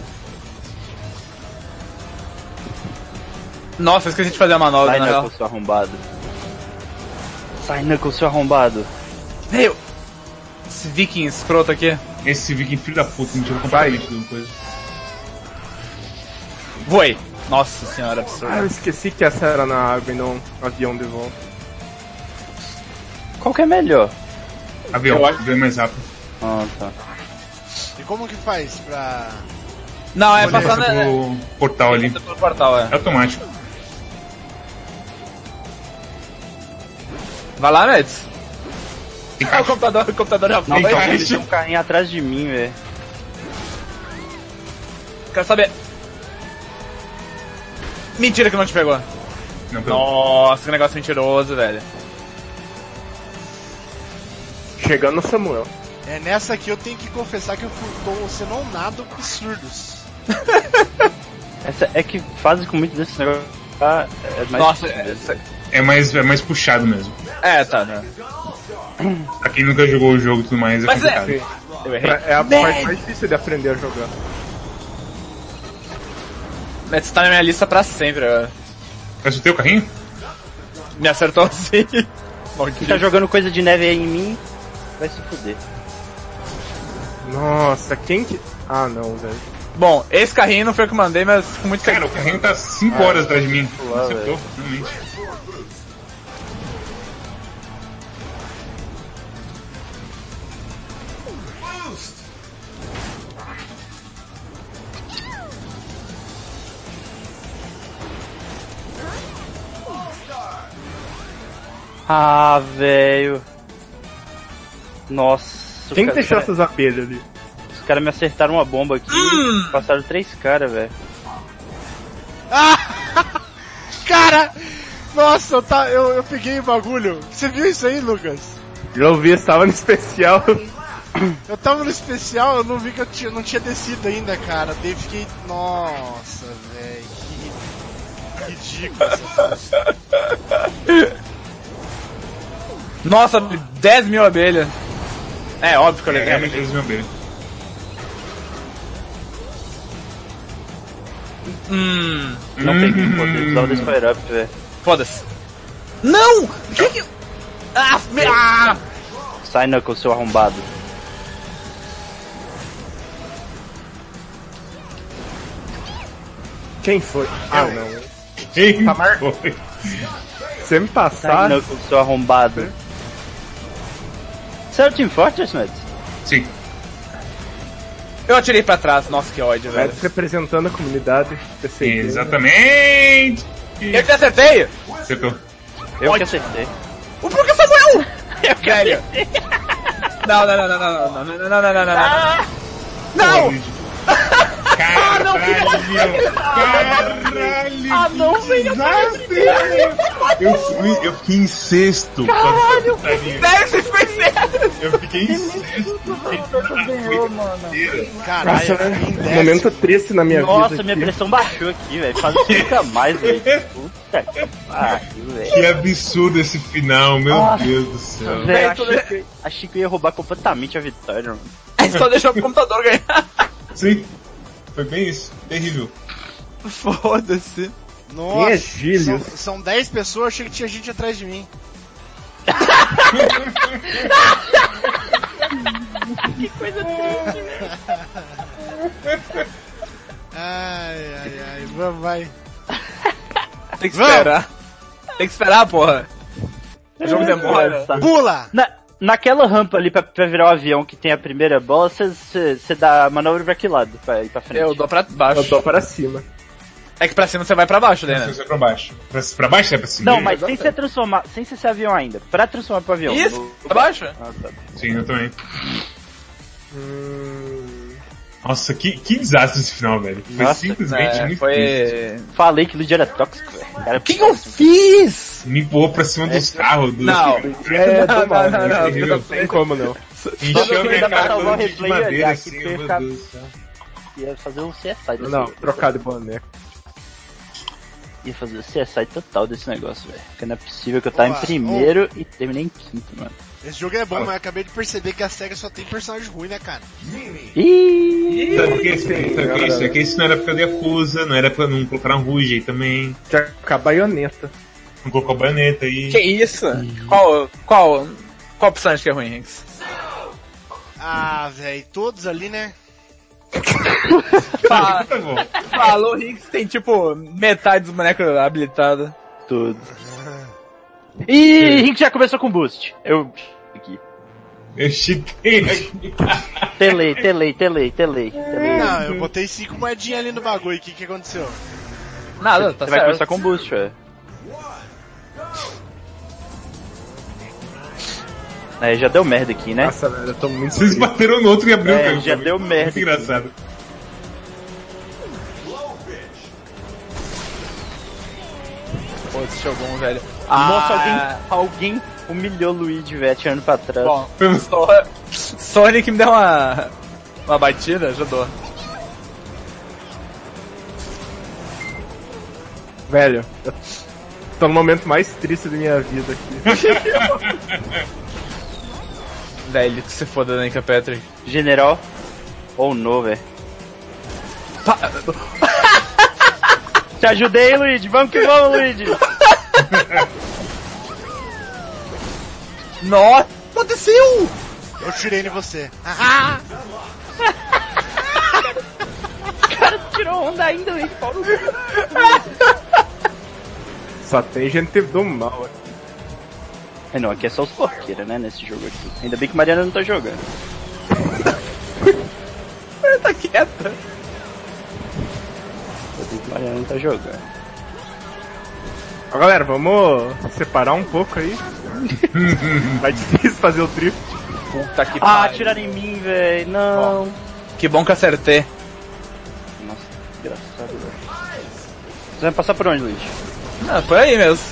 Nossa, eu esqueci de fazer a manobra,
Sai,
na real.
Knuckles, seu arrombado. Sai, Knuckles, seu arrombado.
Veio! Esse viking escroto aqui.
Esse viking filho da puta me tirou completamente de uma coisa.
Voei! Nossa senhora,
Ah, eu
absurdo.
esqueci que essa era na água e não no avião de volta.
Qual que é melhor?
Avião, ganha mais rápido.
Ah, tá.
E como que faz pra...
Não, é
Olha
passar né? na...
pro portal ali.
Passa pelo portal, é.
É automático.
Vai lá, Mets. Ah, o computador, o computador já
Não,
Tem
foi.
calma,
caixa.
ele tem um carrinho atrás de mim, velho.
Quero saber. Mentira que não te pegou.
Não, pelo-
Nossa, que negócio mentiroso, velho.
Chegando o Samuel.
É nessa aqui eu tenho que confessar que eu fui tô sendo um nado absurdos.
Essa é que fase com muito desse negócio. Tá, é mais
Nossa,
difícil, velho.
é,
É mais, é mais puxado mesmo.
é, tá, né?
Pra quem nunca jogou o jogo e tudo mais, é
Mas é-
complicado.
Sim.
Eu errei.
É a parte mais difícil de aprender a jogar.
Mas tá na minha lista pra sempre agora.
Mas o teu carrinho?
Me acertou assim.
Quem tá jogando coisa de neve aí em mim, vai se fuder.
Nossa, quem que... Ah, não, velho.
Bom, esse carrinho não foi o que eu mandei, mas fico muito
Cara,
feliz.
o carrinho tá 5 horas atrás de mim.
lá,
Acertou, finalmente.
Ah, velho. Nossa. o
Tem que
cara-
deixar essas abelhas ali.
Os caras me acertaram uma bomba aqui. Passaram três caras, velho.
Cara! Nossa, eu, tá, eu, eu peguei o bagulho. Você viu isso aí, Lucas?
Já ouvi, estava no especial.
Eu tava no especial, eu não vi que eu tinha, não tinha descido ainda, cara. Daí fiquei. Nossa, velho, que ridículo essa coisa.
Nossa, 10 mil abelhas. É óbvio que eu levei.
É,
abelha.
realmente eles me abelha.
Hum,
Não peguei, pô. Eu precisava desse power up, velho.
foda-se. Não! O que que... Ah, me... ah!
Sai, Knuckles, seu arrombado.
Quem foi? Ah, não.
Ei,
Tá mar-
foi.
Você me
Sai,
passar,
Knuckles, seu arrombado. Você é o Team Fortress, Mads?
Sim.
Eu atirei pra trás. Nossa, que ódio, velho.
Mads é representando a comunidade. PCD.
Exatamente!
Eu te acertei!
Acertou.
Eu que acertei.
O porquê Samuel! Eu velho. Não, não, não, não, não, não, não, não, não, não, não, não. Não!
Ah, Caralho! Caralho! Ah, não, velho! Eu fui, eu fiquei em sexto. Caralho!
Sério, você ficou em sério?
Eu fiquei em sexto. fiquei na brincadeira.
Nossa,
Caralho,
né?
fiquei em décimo.
momento triste na minha
Nossa,
vida.
minha
aqui.
pressão baixou aqui, velho. Faz isso nunca mais, velho. Puta que pariu, velho.
Que absurdo esse final, meu Deus do céu.
Velho,
tô
achei, que- achei que eu ia roubar completamente a vitória, mano.
Só deixou o computador ganhar.
Sim, foi bem isso. Terrível.
Foda-se.
Quem é
Nossa, são,
Gílios?
são 10 pessoas, achei que tinha gente atrás de mim. que coisa triste, Ai, ai, ai, vamos, vai.
Tem que esperar. Tem que esperar, porra. O jogo demora.
Essa-
Pula!
Na, naquela rampa ali pra, pra virar o avião que tem a primeira bola, você dá a manobra pra que lado? Pra ir pra frente?
Eu dou pra baixo.
Eu dou para cima.
É que pra cima você vai pra baixo, né?
Você é pra baixo. Pra, pra baixo você é pra cima?
Não, mas sem ser transformar, sem ser, ser avião ainda. Pra transformar pro avião.
Isso,
No-
pra baixo?
Ah, tá.
Sim, eu também. Hum, Nossa, que, que desastre esse final, velho. Foi
Nossa,
simplesmente
É,
muito triste.
foi...
Falei que o Luigi era tóxico, velho. Cara,
que eu fiz?
Me empurrou pra cima dos carros. Dos...
Não.
É,
Não,
do mal,
não,
né?
não,
Terrível.
não,
não tem como não.
Encheu minha
Dá pra
cara
salvar
toda
o
de
replay e
madeira,
olhar
assim,
que
meu
perca-
Deus do céu.
ia fazer um CSI. desse
Não,
negócio.
trocar de boneco.
Ia fazer o CSI total desse negócio, velho. Porque não é possível que eu tava
Ó,
em primeiro e terminei em quinto, mano.
Esse jogo é bom, mas eu acabei de perceber que a SEGA só tem personagem ruim, né, cara?
Ih!
Sabe por que isso? Sabe por que isso? É que isso não era época de acusa, não era época não colocaram Ruge aí também,
Tinha que ficar baioneta.
não colocou baioneta aí.
Que isso? Qual, qual, qual opção acho que é ruim, Hanks?
Ah, velho, todos ali, né?
Fa-
Tá bom.
Falou, Hanks tem tipo metade dos bonecos habilitados.
Tudo. Ih, Rick já começou com boost. Eu. Aqui.
Eu né? chitei aqui.
Telei, telei, telei, telei. telei.
Não, eu botei cinco moedinhas ali no bagulho, o que que aconteceu?
Nada, tá
Você vai
certo.
começar com boost, velho. É, já deu merda aqui, né?
Nossa, velho, eu tô muito
Vocês
triste.
bateram no outro e abriu
É,
o carro.
já
pra mim.
deu merda.
Muito engraçado.
Pô, esse show é bom, velho.
Nossa,
Ah,
alguém, alguém humilhou o Luigi, velho, tirando pra trás.
Bom, só, só ele que me deu uma, uma batida, ajudou.
Velho, eu tô no momento mais triste da minha vida aqui.
Velho, que se foda, Danica Patrick.
General. Ou não, velho.
Pa-
Te ajudei, Luigi. Vamos que vamos, Luigi.
Nossa, o que aconteceu?
Eu tirei em você. Ah,
Tirou onda ainda, Luigi.
Só tem gente do mal aqui.
É, não, aqui é só os porqueiros, né, nesse jogo aqui. Ainda bem que Mariana não tá jogando.
Ele tá quieta.
Ainda bem que Mariana não tá jogando.
Ó, galera, vamos separar um pouco aí. Vai difícil fazer o drift.
Puta que
Ah,
pariu.
atiraram em mim, velho. Não.
Que bom que acertei.
Nossa, que engraçado, velho. Você vai passar por onde, Luiz?
Ah, foi aí mesmo.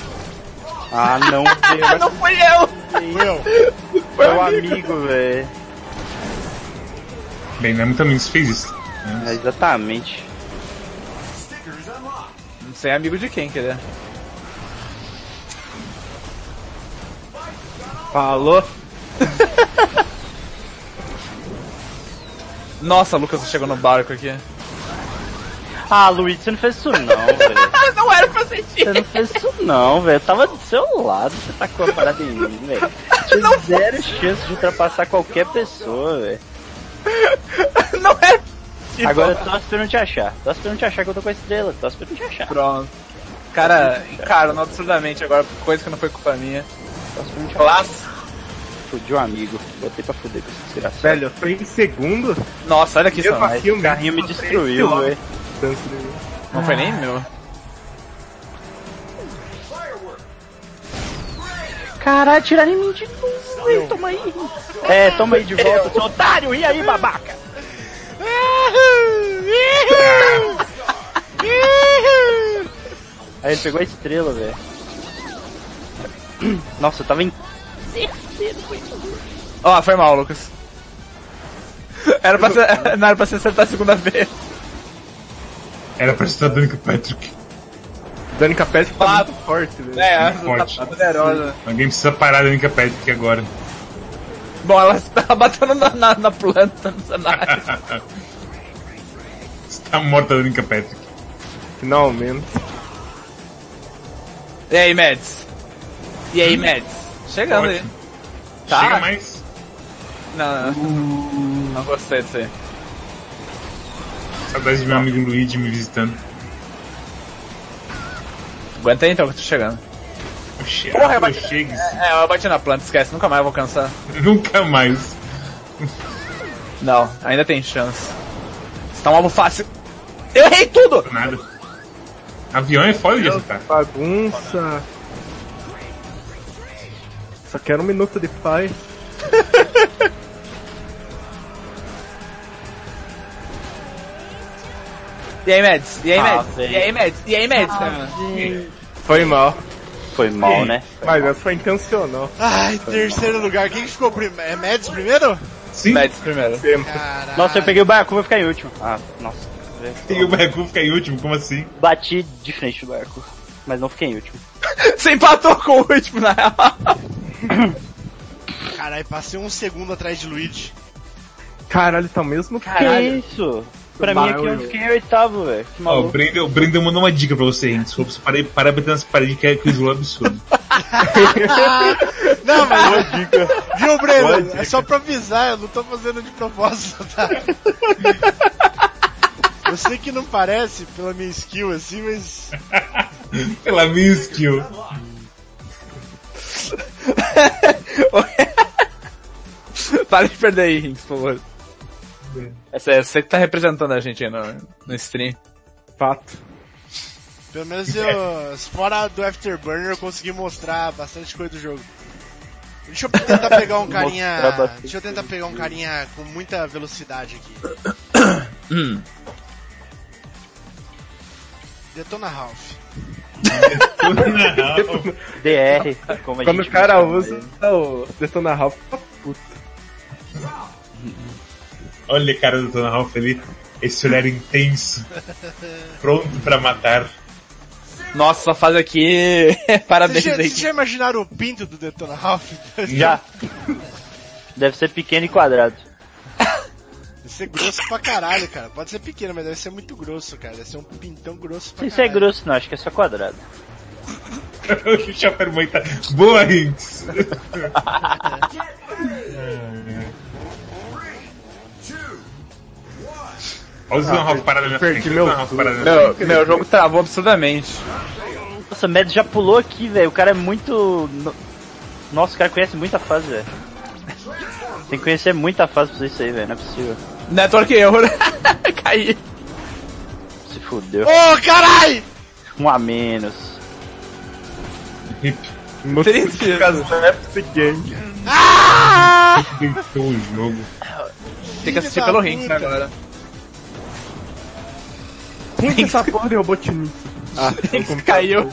Ah, não, velho.
Não fui eu!
Fui eu.
Meu amigo, velho.
Bem, não é muito amigo que fez isso. né?
É, exatamente.
Não sei é amigo de quem, quer dizer.
Falou.
Nossa, Lucas, você chegou no barco aqui.
Ah, Luiz, você não fez isso não, velho.
Ah, não era pra sentir.
Você não fez isso não, velho. Eu tava do seu lado, você tacou a parada em mim, velho. Tinha zero chance de ultrapassar qualquer pessoa, velho.
Não era pra sentir.
Agora eu tô esperando te achar. Tô esperando te achar que eu tô com a estrela. Tô esperando te achar.
Pronto. Cara, encarando absurdamente agora, coisa que não foi culpa minha.
Tô esperando te achar.
Classe.
Fudiu um amigo. Botei pra fuder com esse desgraçado.
Velho, eu tô em segundo.
Nossa, olha que isso.
Eu passei
O carrinho me
metro, três
destruiu,
quilômetros
velho.
de distância de mim.
Não foi nem meu.
Caralho, tiraram em mim de novo, velho. Toma aí. É, toma aí de volta, seu otário. E aí, babaca? Aí ele pegou a estrela, velho. Nossa, eu tava em...
Ó, foi mal, Lucas. Era pra ser, não era pra se acertar a segunda vez.
Era pra estar dando com o Patrick.
Danica Patrick tá
Ah,
muito forte, velho.
É,
forte.
tá poderosa.
Alguém precisa parar a Danica Patrick agora.
Bom, ela tá batendo na, na, na planta, no cenário.
Está morta a Danica Patrick.
Finalmente.
E aí, Mads? E aí, Mads? Chegando aí.
Ótimo.
Tá.
Chega mais.
Não, não. Não gostei disso aí.
Saudades de meu amigo Luigi me visitando.
Aguenta aí então que eu tô chegando.
Eu che-
Porra,
eu
mas-
chego.
É, eu bati na planta, esquece, nunca mais vou cansar.
Nunca mais.
Não, ainda tem chance. Você tá um alvo fácil. Eu errei tudo!
Nada. Avião é foda de acertar.
Bagunça. Só quero um minuto de paz.
E aí, Mads? E aí,
Ah,
Mads?
velho.
E aí, Mads? E aí, Mads? Ah. cara?
Foi mal.
Foi mal, né?
Mas essa foi intencional.
Ai, terceiro lugar. Quem que ficou primeiro? É Mads primeiro?
Sim.
Mads primeiro.
Sempre.
Caralho.
Nossa, eu peguei o barco, vou ficar em último. Ah, nossa. velho.
E o Baku fica em último, como assim?
Bati de frente do barco, mas não fiquei em último.
Você empatou com o último, na real.
Caralho, passei um segundo atrás de Luigi.
Caralho, tá o mesmo
Que isso? Pra mim aqui eu
Barulho.
fiquei em oitavo, velho. Que
Ó, o
maluco.
Brendel, o Brendel mandou uma dica pra você, hein? Se for pra você parar, parar de bater nas paredes, que é que o Isola é absurdo.
Não, mas... Viu,
Boa
Breno?
dica.
É só pra avisar, eu não tô fazendo de propósito, tá? Eu sei que não parece pela minha skill assim, mas...
Pela minha skill.
Para de perder aí, Hinks, por favor. Essa é você que tá representando a gente aí no, no stream.
fato.
Pelo menos eu, fora do Afterburner, eu consegui mostrar bastante coisa do jogo. Deixa eu tentar pegar um carinha.
Mostrar bastante
Deixa eu tentar pegar um carinha com muita velocidade aqui. Detona Ralph.
DR, como a
Quando
gente
o cara
chama,
usa
velho.
o Detona Ralph, tá puto.
Olha a cara do Dona Ralph ali. Esse olhar intenso. Pronto pra matar.
Nossa, essa fase aqui.
Vocês
Parabéns
já,
aí.
vocês já imaginaram o pinto do Detona Ralph?
Já. Deve ser pequeno e quadrado.
Deve ser grosso pra caralho, cara. Pode ser pequeno, mas deve ser muito grosso, cara. Deve ser um pintão grosso pra
Isso é
caralho.
grosso não, acho que é só quadrado.
o chapéu mãe tá. Boa, Hinks! Olha o Dona Ralph parado na minha
perdi
frente.
meu
Olha o Dona Ralph
cu.
parado na minha
Meu, meu jogo travou absurdamente.
Nossa, o Mads já pulou aqui, velho. O cara é muito... no- Nossa, o cara conhece muita fase, velho. Tem que conhecer muita fase pra fazer isso aí, velho. Não é possível.
Network né? error. Caí.
Se fudeu.
Ô, caralho!
Um a menos.
frente. Hip.
Triste.
Caseptic Gang.
Deitou o jogo.
Tem que assistir
da
pelo rinks
puta.
agora.
Quem que é essa porra de Robotnik? Ah,
Rinks caiu.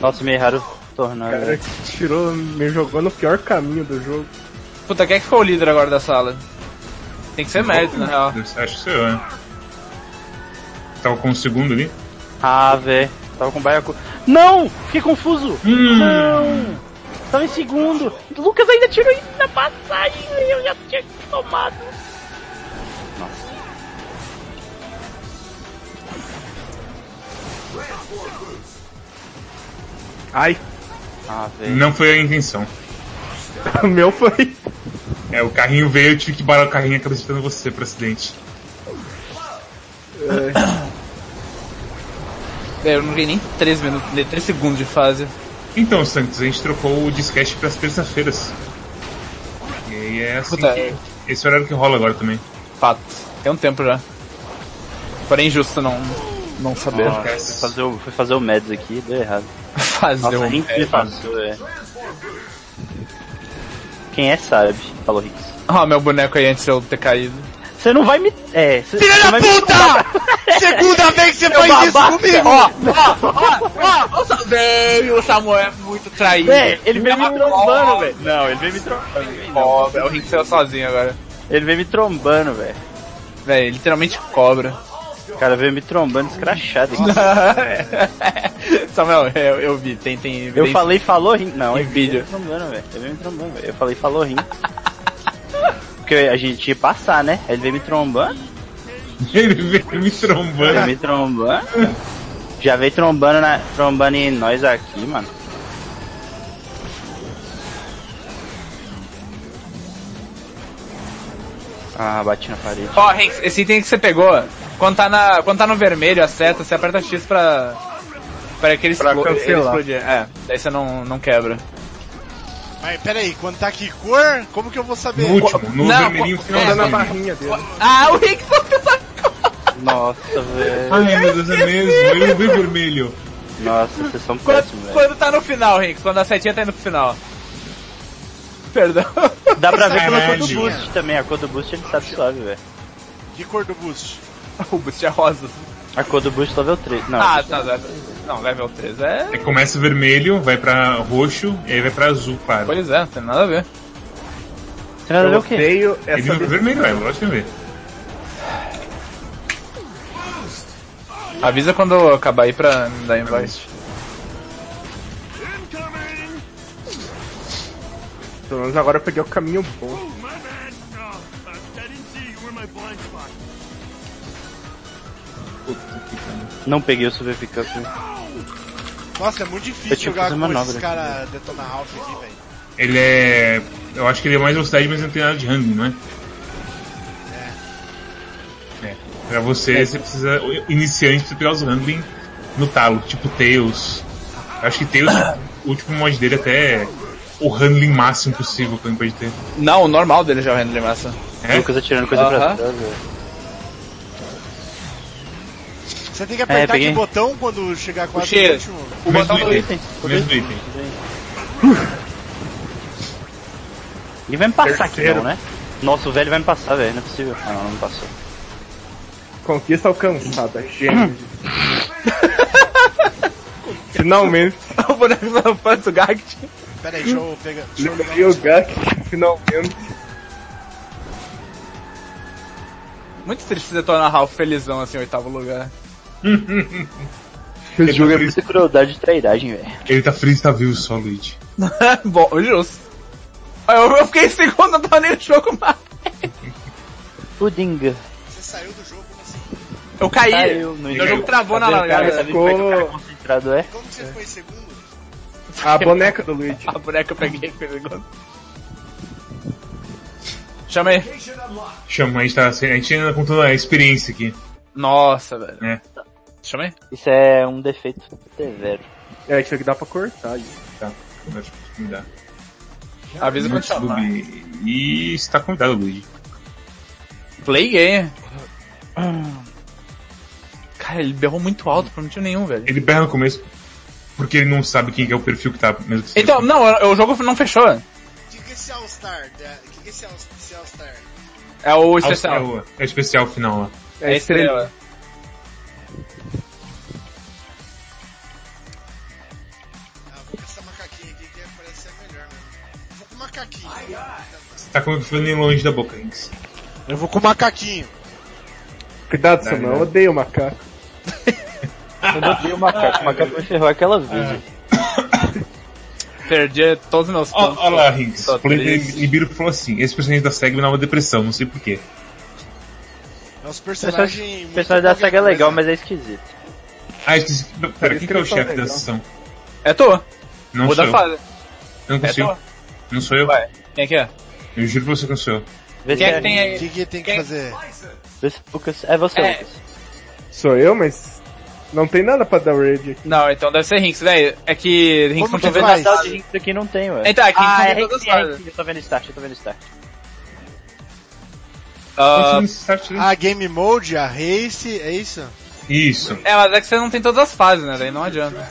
Nossa, me erraram o tornado.
Cara,
velho.
que tirou, me jogou no pior caminho do jogo.
Puta, quem é que ficou o líder agora da sala? Tem que ser médio, na real.
Acho que sei lá. Tava Tá com o segundo ali.
Ah, velho. Tava com o Baiacu. Não! Fiquei confuso!
Hum.
Não! Tava em segundo! O Lucas ainda tirou isso na passagem! Eu já tinha tomado!
Ai,
Ah, velho.
Não foi a intenção.
o meu foi.
É, o carrinho veio, eu tive que barar o carrinho e acabei acertando você pro acidente.
É, Eu não ganhei nem 3 minutos, nem 3 segundos de fase.
Então, Santos, a gente trocou o discast pras terça-feiras. E aí é assim
Puta,
que... Esse horário que rola agora também.
Fato. Tem um tempo já. Porém injusto não, não saber.
Podcast.
Fazer o, fui fazer o Mads aqui, deu errado.
Fazer
Nossa,
um...
nem
é,
passou, é. Quem é sabe, falou Hicks.
Ah, meu boneco aí antes de eu ter caído.
Você não vai me. É, você.
Filha
você
da
vai me-
puta! Segunda vez que você faz isso
babaca!
comigo!
Ah, o Sa- velho, o Samuel é muito traído.
Véi, ele veio me trombando,
trombando,
velho. Não, ele veio me trombando.
Cobra, é o Rick saiu sozinho agora.
Ele veio me trombando, velho.
Velho, ele literalmente cobra.
O cara veio me trombando escrachado. aqui.
Samuel, eu, eu vi, tem, tem
Eu
evidência.
falei, falou rim. Não,
Em
ele veio
vídeo.
me trombando, velho. Ele veio me trombando, velho. Eu falei, falou rim. Porque a gente ia passar, né? Ele veio me trombando,
Ele veio me
veio
trombando.
me trombando. Já veio trombando, na, trombando em nós aqui, mano. Ah, bati na parede.
Ó, Renks, esse item que você pegou, quando tá, na, quando tá no vermelho, a seta, você aperta X pra. pra que ele,
Pra
explo- ele
cancelar.
explodir. É, daí você não, não quebra.
Mas peraí, quando tá aqui cor, como que eu vou
No
saber?
último, no
Não,
vermelhinho
Tá na
finalzinho.
barrinha dele.
Ah, o Renks não tem essa cor!
Nossa, velho.
Ai meu Deus, é mesmo, eu vi vermelho.
Nossa, vocês são péssimos,
Quando,
velho.
quando tá no final, Renks, quando a setinha tá indo pro final. Perdão.
Dá pra ver pela cor do
Caralho.
boost também. A cor do boost ele sabe suave, velho.
Que cor do boost?
o boost é rosa.
A cor do boost level 3. Não,
Ah, tá, tá. Não, level 3 é.
Aí começa o vermelho, vai pra roxo e aí vai pra azul, claro.
Pois é, não tem nada a ver.
tem nada a ver
Eu
o quê?
odeio
Ele
essa
viu pro vermelho, é, lógico que ver.
Avisa quando eu acabar aí pra me dar invite.
Pelo menos agora eu peguei o caminho bom.
Não peguei o super pickup.
Nossa, é muito
Eu
difícil
tinha que
jogar
fazer
com
manobra
esses
aqui.
caras detonar Ralph aqui, velho.
Ele é. Eu acho que ele é mais velocidade, mas não tem nada de ranking, não é? É. Pra você, você precisa. o Iniciante precisa pegar os handling no talo, tipo Tails. Eu acho que Tails, o último mod dele até é o handling máximo possível que ele pode ter.
Não, o normal dele já é o Henry Massa.
É?
Lucas atirando coisa pra
Aham.
trás, velho.
Você tem que apertar
É, peguei.
que botão quando chegar quase
Puxei.
no último?
O
botão
mesmo
do
item. O mesmo item.
Ele vai me passar aqui não, né? Nossa, o velho vai me passar, velho. Não é possível. Ah, não, não passou.
Conquista alcançada, gênio. Finalmente,
o boneco não faz o Gact.
Peraí, deixa eu pegar. Deixa eu
liberei o Gak, finalmente.
Muito triste detonar Ralph felizão assim, oitavo lugar.
Esse jogo é
Isso é crueldade de trairagem, velho.
tá Ele tá feliz, tá vivo só, Luigi.
Bom, justo. Aí Eu, eu fiquei em segundo, não tava nem no jogo mais.
Pudinga.
Você saiu do jogo, como assim?
Eu caí.
Caiu, não
Meu jogo tá
entendi.
travou na
Cadê, cara?
largada.
Sabe como é que o cara concentrado é?
Como que você foi em segundo?
a boneca do Luigi.
A boneca eu peguei foi segundo. Chama aí.
Chama, a gente tá. A gente ainda contando a experiência aqui.
Nossa, velho.
É.
Chama aí.
Isso é um defeito severo.
É, isso aqui dá pra cortar. isso.
Tá, eu acho que me dá.
Avisa quando
Notes do
chamar.
Bi. E está convidado, Luigi.
Play game. Cara, ele berrou muito alto por motivo nenhum, velho.
Ele berra no começo. porque ele não sabe quem que é o perfil que tá mesmo que seja.
Então, não, o jogo não fechou.
O que, que é esse All-Star? O que, que é esse All- esse All-Star?
É o
Ah,
especial.
É o, é o especial final lá.
É a estrela.
Ah, vou com essa macaquinha aqui que parece ser a melhor mesmo. Vou com o macaquinho.
Você tá com o microfone longe da boca, Inks.
Eu vou com o macaquinho.
Cuidado, Samuel, eu odeio macaco.
Eu odeio o macaco. O macaco me ferrou aquela vez.
Perdi todos os meus
Ó-
pontos.
Olha lá, Hinks.
Tô
O Player
triste.
Nibiru falou assim, esse personagem da SEG me dá uma depressão, não sei porquê.
É os
personagem-
personagens.
O personagem da SEGA é legal, mas é esquisito.
Ah, esqueci. Pera, quem que é o
Eles são
chefe da
legal.
sessão?
É tua.
Não
Muda
sou
a
eu.
fase.
Eu não
É
consigo.
tua.
Não sou eu.
Vai. Quem é que é?
Eu juro pra você que não sou eu.
Vê se
Quem é
é,
que tem
O
aí?
que, que tem que
Quem-
fazer?
vê se- Lucas- é você,
É.
Lucas.
Sou eu, mas não tem nada pra dar raid aqui.
Não, então deve ser Rinks, velho. É que Rinks
Como
não
que
tô vendo
faz?
as
Start
fases.
Hinks aqui não tem, ué.
Então, é que
ah, é
Rinks não
Hinks,
todas as
é Hinks.
fases.
Eu tô vendo start, eu tô vendo start.
Ah,
Continua esse start aí.
A Ah, Game Mode, a Race, é isso?
Isso.
É, mas é que você não tem todas as fases, né? Daí não adianta.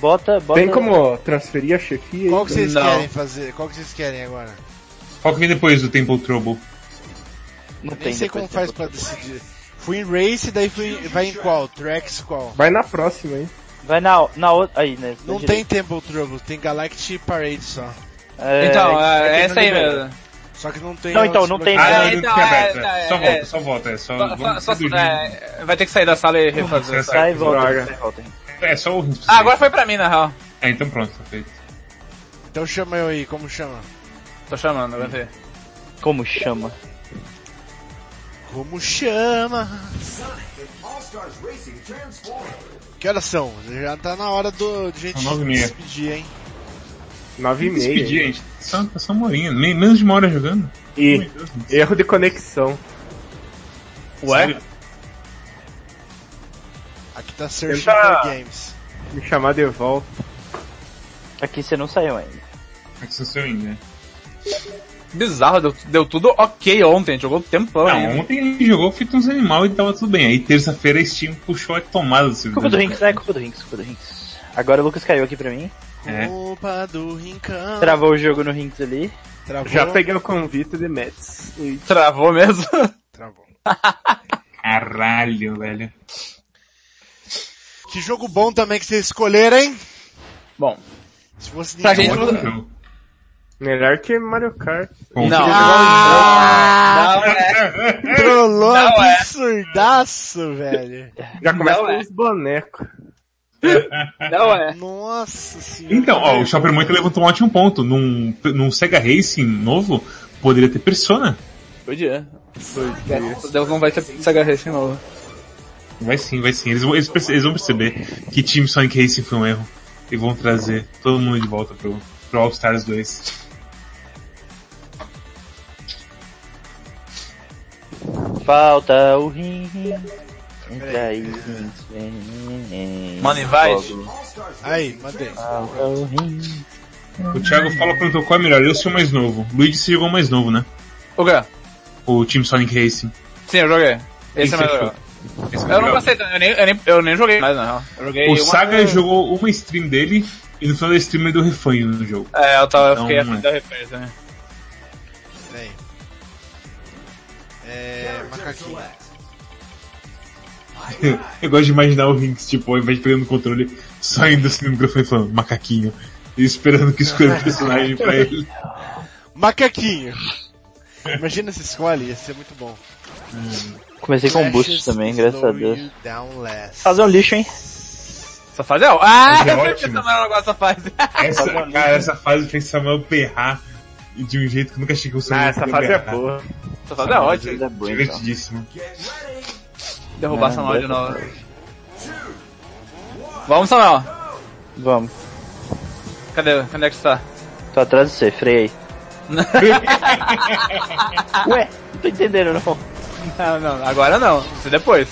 Bota, bota...
Tem como transferir a chefia?
Qual que vocês
Não.
querem fazer? Qual que vocês querem agora?
Qual que vem depois do Temple Trouble?
Não
Nem
tem,
sei como
depois tem.
faz pra decidir. Fui em Race, daí fui em, vai em qual? Tracks qual?
Vai na próxima, hein?
Vai na, na outra... Aí, né?
Não tem Temple Trouble, tem Galactic Parade só.
É,
então, é,
é que
essa aí
não libera.
mesmo.
Só que não tem.
Não, então,
os
não tem-
bloqueios.
Ah,
é,
não,
então,
não tem
é,
aberto.
tá, é,
só
é.
volta, só volta. É só,
Só-
vamos
só- só-
reduzir.
é, vai ter que sair da sala e refazer.
Nossa,
sabe?
Sai e volta,
Droga.
sai e volta.
É só o Hinks.
Ah, agora foi pra mim, na real.
É, então pronto, tá feito.
Então chama eu aí, como chama?
Tô chamando, aguentei.
Como chama?
Como chama? Que horas são? Já tá na hora do de gente
São nove e
se
meia.
despedir, hein?
Nove e
Despedir,
meia.
gente. né? Só, só uma horinha. Me- Menos de uma hora jogando.
E
Meu Deus, não
erro de conexão.
Ué?
Aqui tá Searching
Tenta-
for Games.
Me chamar de volta.
Aqui você não saiu ainda.
É que sou seu ainda.
Bizarro, deu, deu tudo ok ontem, a gente jogou um tempão. ainda.
Não, ontem ele jogou feito uns animal e tava tudo bem. Aí terça-feira a Steam puxou a tomada do
Culpa
servidor.
do Rinks, é culpa do Rinks, culpa do Rinks. Agora o Lucas caiu aqui pra mim.
É.
Culpa do Rincão.
Travou o jogo no Rinks ali.
Travou.
Já peguei o convite de Mets.
Travou mesmo.
Travou.
Caralho, velho.
Que jogo bom também que vocês escolheram, hein?
Bom,
Se fosse
Pra
Nintendo,
gente-
Outro jogo.
Melhor que Mario Kart.
Bom,
não. não, é.
Trollou
Não é.
absurdaço, velho.
Já começa
Não
com
é.
os bonecos.
Não é.
Nossa senhora.
Então, ó, o Shopper Moita levantou um ótimo ponto. Num, num Sega Racing novo, poderia ter Persona.
Podia. Graças a Deus não vai ter Sega Racing novo.
Vai sim, vai sim. Eles, vão- eles perce- eles vão perceber que Team Sonic Racing foi um erro. E vão trazer todo mundo de volta pro, pro All Stars 2.
Falta o Rinks. Entra aí, Rinks. vem, vem.
Mano, invade.
Logo.
Aí, mandei.
Falta o Rinks.
O Thiago fala perguntou qual é melhor, eu sou o mais novo. Luigi se jogou o mais novo, né?
O quê?
O Team Sonic Racing.
Sim, eu joguei. Esse
Isso,
é mais legal.
Esse é
Eu não
legal.
passei, eu nem, eu nem, eu nem joguei mais, na real. Eu joguei
O
uma-
é-
Saga jogou uma stream dele e no final da stream ele deu refanho no jogo.
É, eu, tava, eu
Não,
fiquei
não
afim
é.
da referência também.
Vem. É, macaquinho.
Eu gosto de imaginar o Rinks, tipo, ao invés de pegando o controle, saindo assim no microfone e falando macaquinho. E esperando que escolha o personagem pra ele.
Macaquinho. Imagina se escolhe, ia ser muito bom.
Comecei com um boost
Crashes
também,
slow
graças a Deus.
you down less.
Fazer um lixo, hein?
Essa fase é... ó- Ah!
Mas é
eu sei que
ótimo.
essa mulher não gosta dessa fase.
Tá
Essa,
né?
cara, essa fase fez Samuel berrar de um jeito que eu nunca achei que o Samuel
Ah, essa
podia
fase é
berrar.
boa.
Essa fase
Tá
é ótima.
Coisa boa, então.
Divertidíssimo.
Derrubar
Não,
essa Samuel de
boa.
novo. Vamos, Samuel.
Vamos.
Cadê? Cadê é que você tá?
Tô atrás de você, freia aí. Ué, não tô entendendo não.
Não, não, agora não. Isso é depois.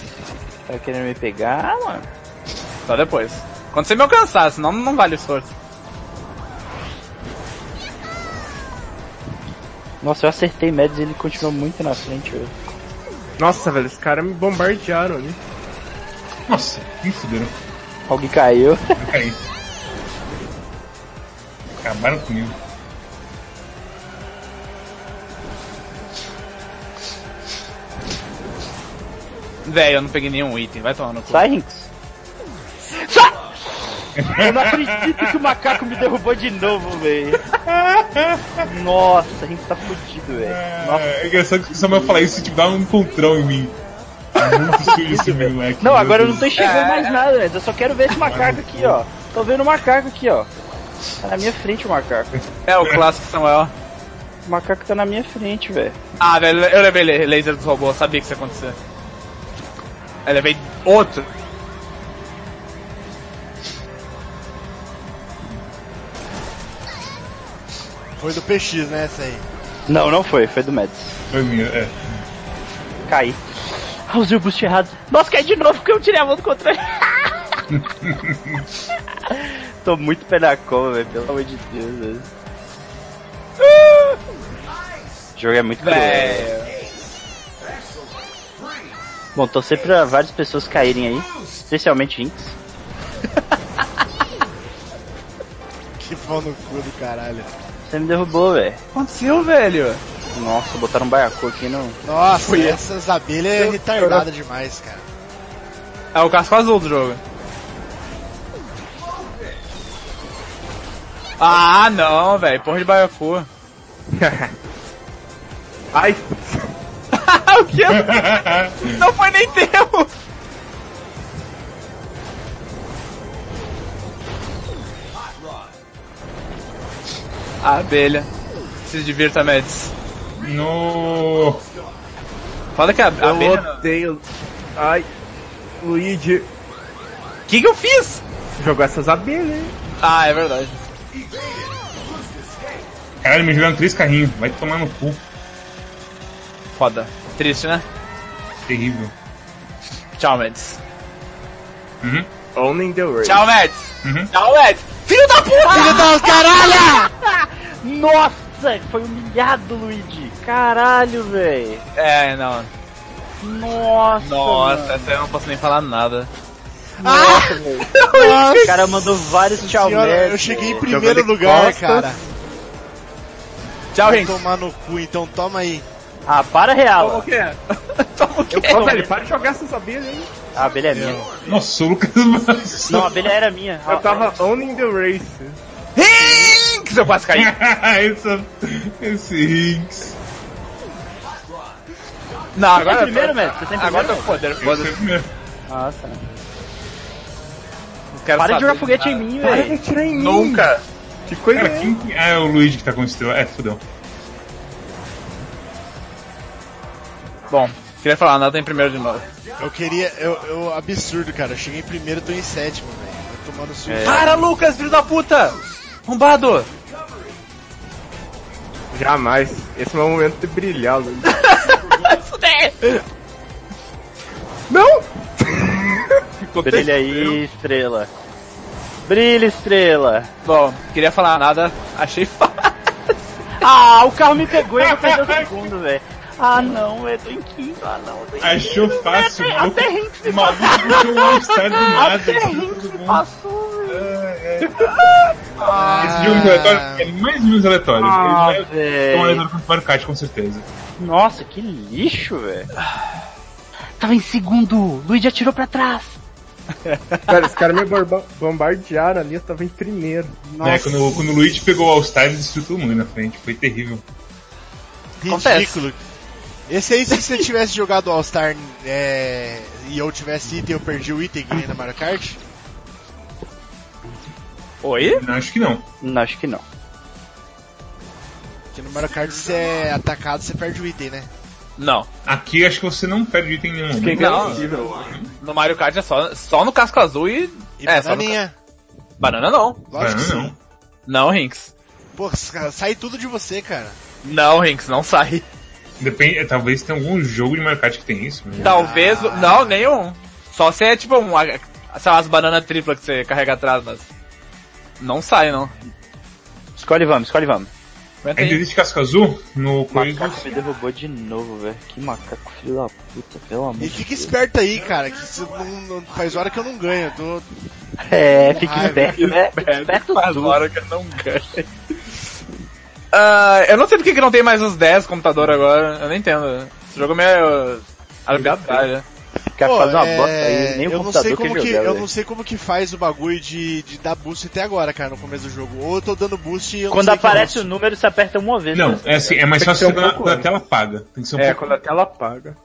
Tá querendo me pegar, mano?
Só depois. Quando você me alcançar, senão não vale o esforço.
Nossa, eu acertei médios e ele continua muito na frente. velho.
né? Nossa, velho, os caras me bombardearam ali.
Nossa, me fuderam.
Alguém caiu.
Eu caí. Acabaram comigo.
Velho, eu não peguei nenhum item, vai tomar no cu.
Sai, Rinks.
Eu não acredito que o macaco me derrubou de novo, velho. Nossa, a gente tá fudido, velho. Nossa.
É engraçado que o Samuel falar isso tipo, dá um encontrão em mim. É Muito sujo esse moleque.
Não,
meu
agora eu
Deus.
não tô enxergando mais nada, velho. Eu só quero ver esse macaco aqui, ó. Tô vendo o macaco aqui, ó. Tá na minha frente o macaco.
É o clássico Samuel.
O macaco tá na minha frente, velho.
Ah, velho, eu levei le- laser dos robôs, sabia que isso ia acontecer. Eu levei outro.
Foi do PX, né, essa aí.
Não, não foi, foi do Mads.
Foi minha, é.
Caí. Ah, usei o boost errado. Nossa, caí de novo porque eu tirei a mão do controle. Tô muito pé na cova, velho, pelo amor de Deus, velho. O jogo é muito cruel. velho.
Velho.
Bom, torcer pra várias pessoas caírem aí, especialmente Inks.
Que pau no cu do caralho.
Você me derrubou, velho.
Aconteceu, velho.
Nossa, botaram um baiacu aqui no.
Nossa, essas abelhas é retardada demais, cara.
É o casco azul do jogo. Ah, não, velho. Porra de baiacu.
Ai,
o que? Não foi nem tempo. Ah, Abelha. Se divirta, Mads.
No.
Foda que a
eu
abelha... não-
odeio. Ai, Luigi.
O que que eu fiz?
Jogou essas abelhas, hein?
Ah, é verdade.
Caralho, me jogaram três carrinhos. Vai tomar no cu.
Foda. Triste, né?
Terrível.
Tchau, Mads.
Uhum.
Only in the world.
Tchau, Mads.
Uhum.
Tchau, Mads. Filho da puta!
Nossa, foi humilhado, Luigi. Caralho, velho.
É, não.
Nossa.
Nossa, essa eu não posso nem falar nada.
mano. O cara mandou vários tchau
Ah! Senhora,
mesmo.
eu cheguei em
Jogando
primeiro
de
lugar,
costas.
cara.
Tchau,
Vai
gente.
tomar no cu, então toma aí.
Ah, para real.
que é? Toma o quê?
Ô, velho, para de jogar essas abelhas, hein?
A abelha é minha.
Nossa, o Lucas.
Não, a abelha era minha.
Eu tava only in the race.
Rinks! Eu quase caí.
Essa, esse Hinks.
Não,
Você
agora...
tem tá primeiro, Mads? Você tem
Agora
primeiro?
eu tô foda,
Esse
foda.
é o primeiro.
Nossa. né?
Não quero
Para de
saber
jogar foguete em
nada.
mim,
Para
velho.
de tirar em mim.
Nunca.
Que coisa
Cara,
é
quem que. Ah, é o Luigi que tá com esse teu. É, fudeu.
Bom, queria falar, nada em primeiro de novo.
Eu queria. Eu, eu absurdo, cara. Eu cheguei em primeiro, tô em sétimo, velho. Vai tomar no seu.
É,
Para, Lucas, filho da puta! Bombado!
Jamais. Esse é o momento de brilhar, Luigi. Não!
Ficou
Brilha aí, estrela. Brilha, estrela.
Bom, queria falar nada, achei fácil.
Ah, o carro me pegou e eu perdi o segundo, velho. Ah, não, velho. Tô em quinto. Ah, não. Tô em
Achou fácil,
Até-
maluco.
até Hinks me
O maluco puxou o All-Star do nada.
Até
todo
Hinks me
mundo.
passou, velho.
É, é. Esse jogo de aleatório é mais ou menos aleatório.
Ah,
Ele não é
velho.
tão aleatório quanto o Mario Kart, com certeza.
Nossa, que lixo, velho. Tava em segundo. Luigi atirou pra trás.
Cara, os caras me borba- bombardearam ali, eu tava em primeiro.
Né, quando, quando o Luigi pegou o All-Star, ele destruiu todo mundo na frente. Foi terrível.
Ridículo. Esse aí, se você tivesse jogado All-Star é, e eu tivesse item, eu perdi o item que nem na Mario Kart.
Oi?
Não, acho que não.
Não, acho que não.
Porque no Mario Kart, se você é atacado, você perde o item, né?
Não.
Aqui acho que você não perde item nenhum. né?
Que
é
momento.
impossível.
No Mario Kart é só, só no casco azul e.
E
é, só
tá-
no.
bananinha.
ca- Banana não.
Lógico que
Banana
sim.
não.
Não, Rinks.
Pô, cara, sai tudo de você, cara.
Não, Rinks, não sai.
Depende, é, talvez tenha algum jogo de Mario Kart que tem isso. né? mas-
Talvez. o- Não, nenhum. Só se é tipo um. Sei lá, as bananas tripla que você carrega atrás, mas. Não sai, não.
Escolhe vamos, escolhe vamos.
Aguenta
Ainda
aí.
existe casco azul no coisa.
Macaco me derrubou de novo, velho. Que macaco filho da puta, pelo amor
E
de
fica
Deus.
esperto aí, cara, que isso não, não- faz hora que eu não ganho. Eu tô
É, fica esperto, né? Fica esperto tudo.
Agora que eu não ganho. Ah, eu não sei porque que não tem mais os 10 computador agora. Eu não entendo. Esse jogo é meio... Arbitrário.
Cara,
Pô,
fazer uma
é,
bosta aí, nem o
eu não
computador
sei
quer
como que,
jogar,
Eu
velho.
não sei como que faz o bagulho de, de dar boost até agora, cara, no começo do jogo. Ou eu tô dando boost e eu
Quando
não sei que
aparece
eu
o número, você aperta uma vez.
Não,
né?
é assim, é mais
Tem que
fácil
ser um
quando a-
pouco
quando a
antes.
tela apaga. Tem que ser um
É,
pouco.
quando a tela apaga.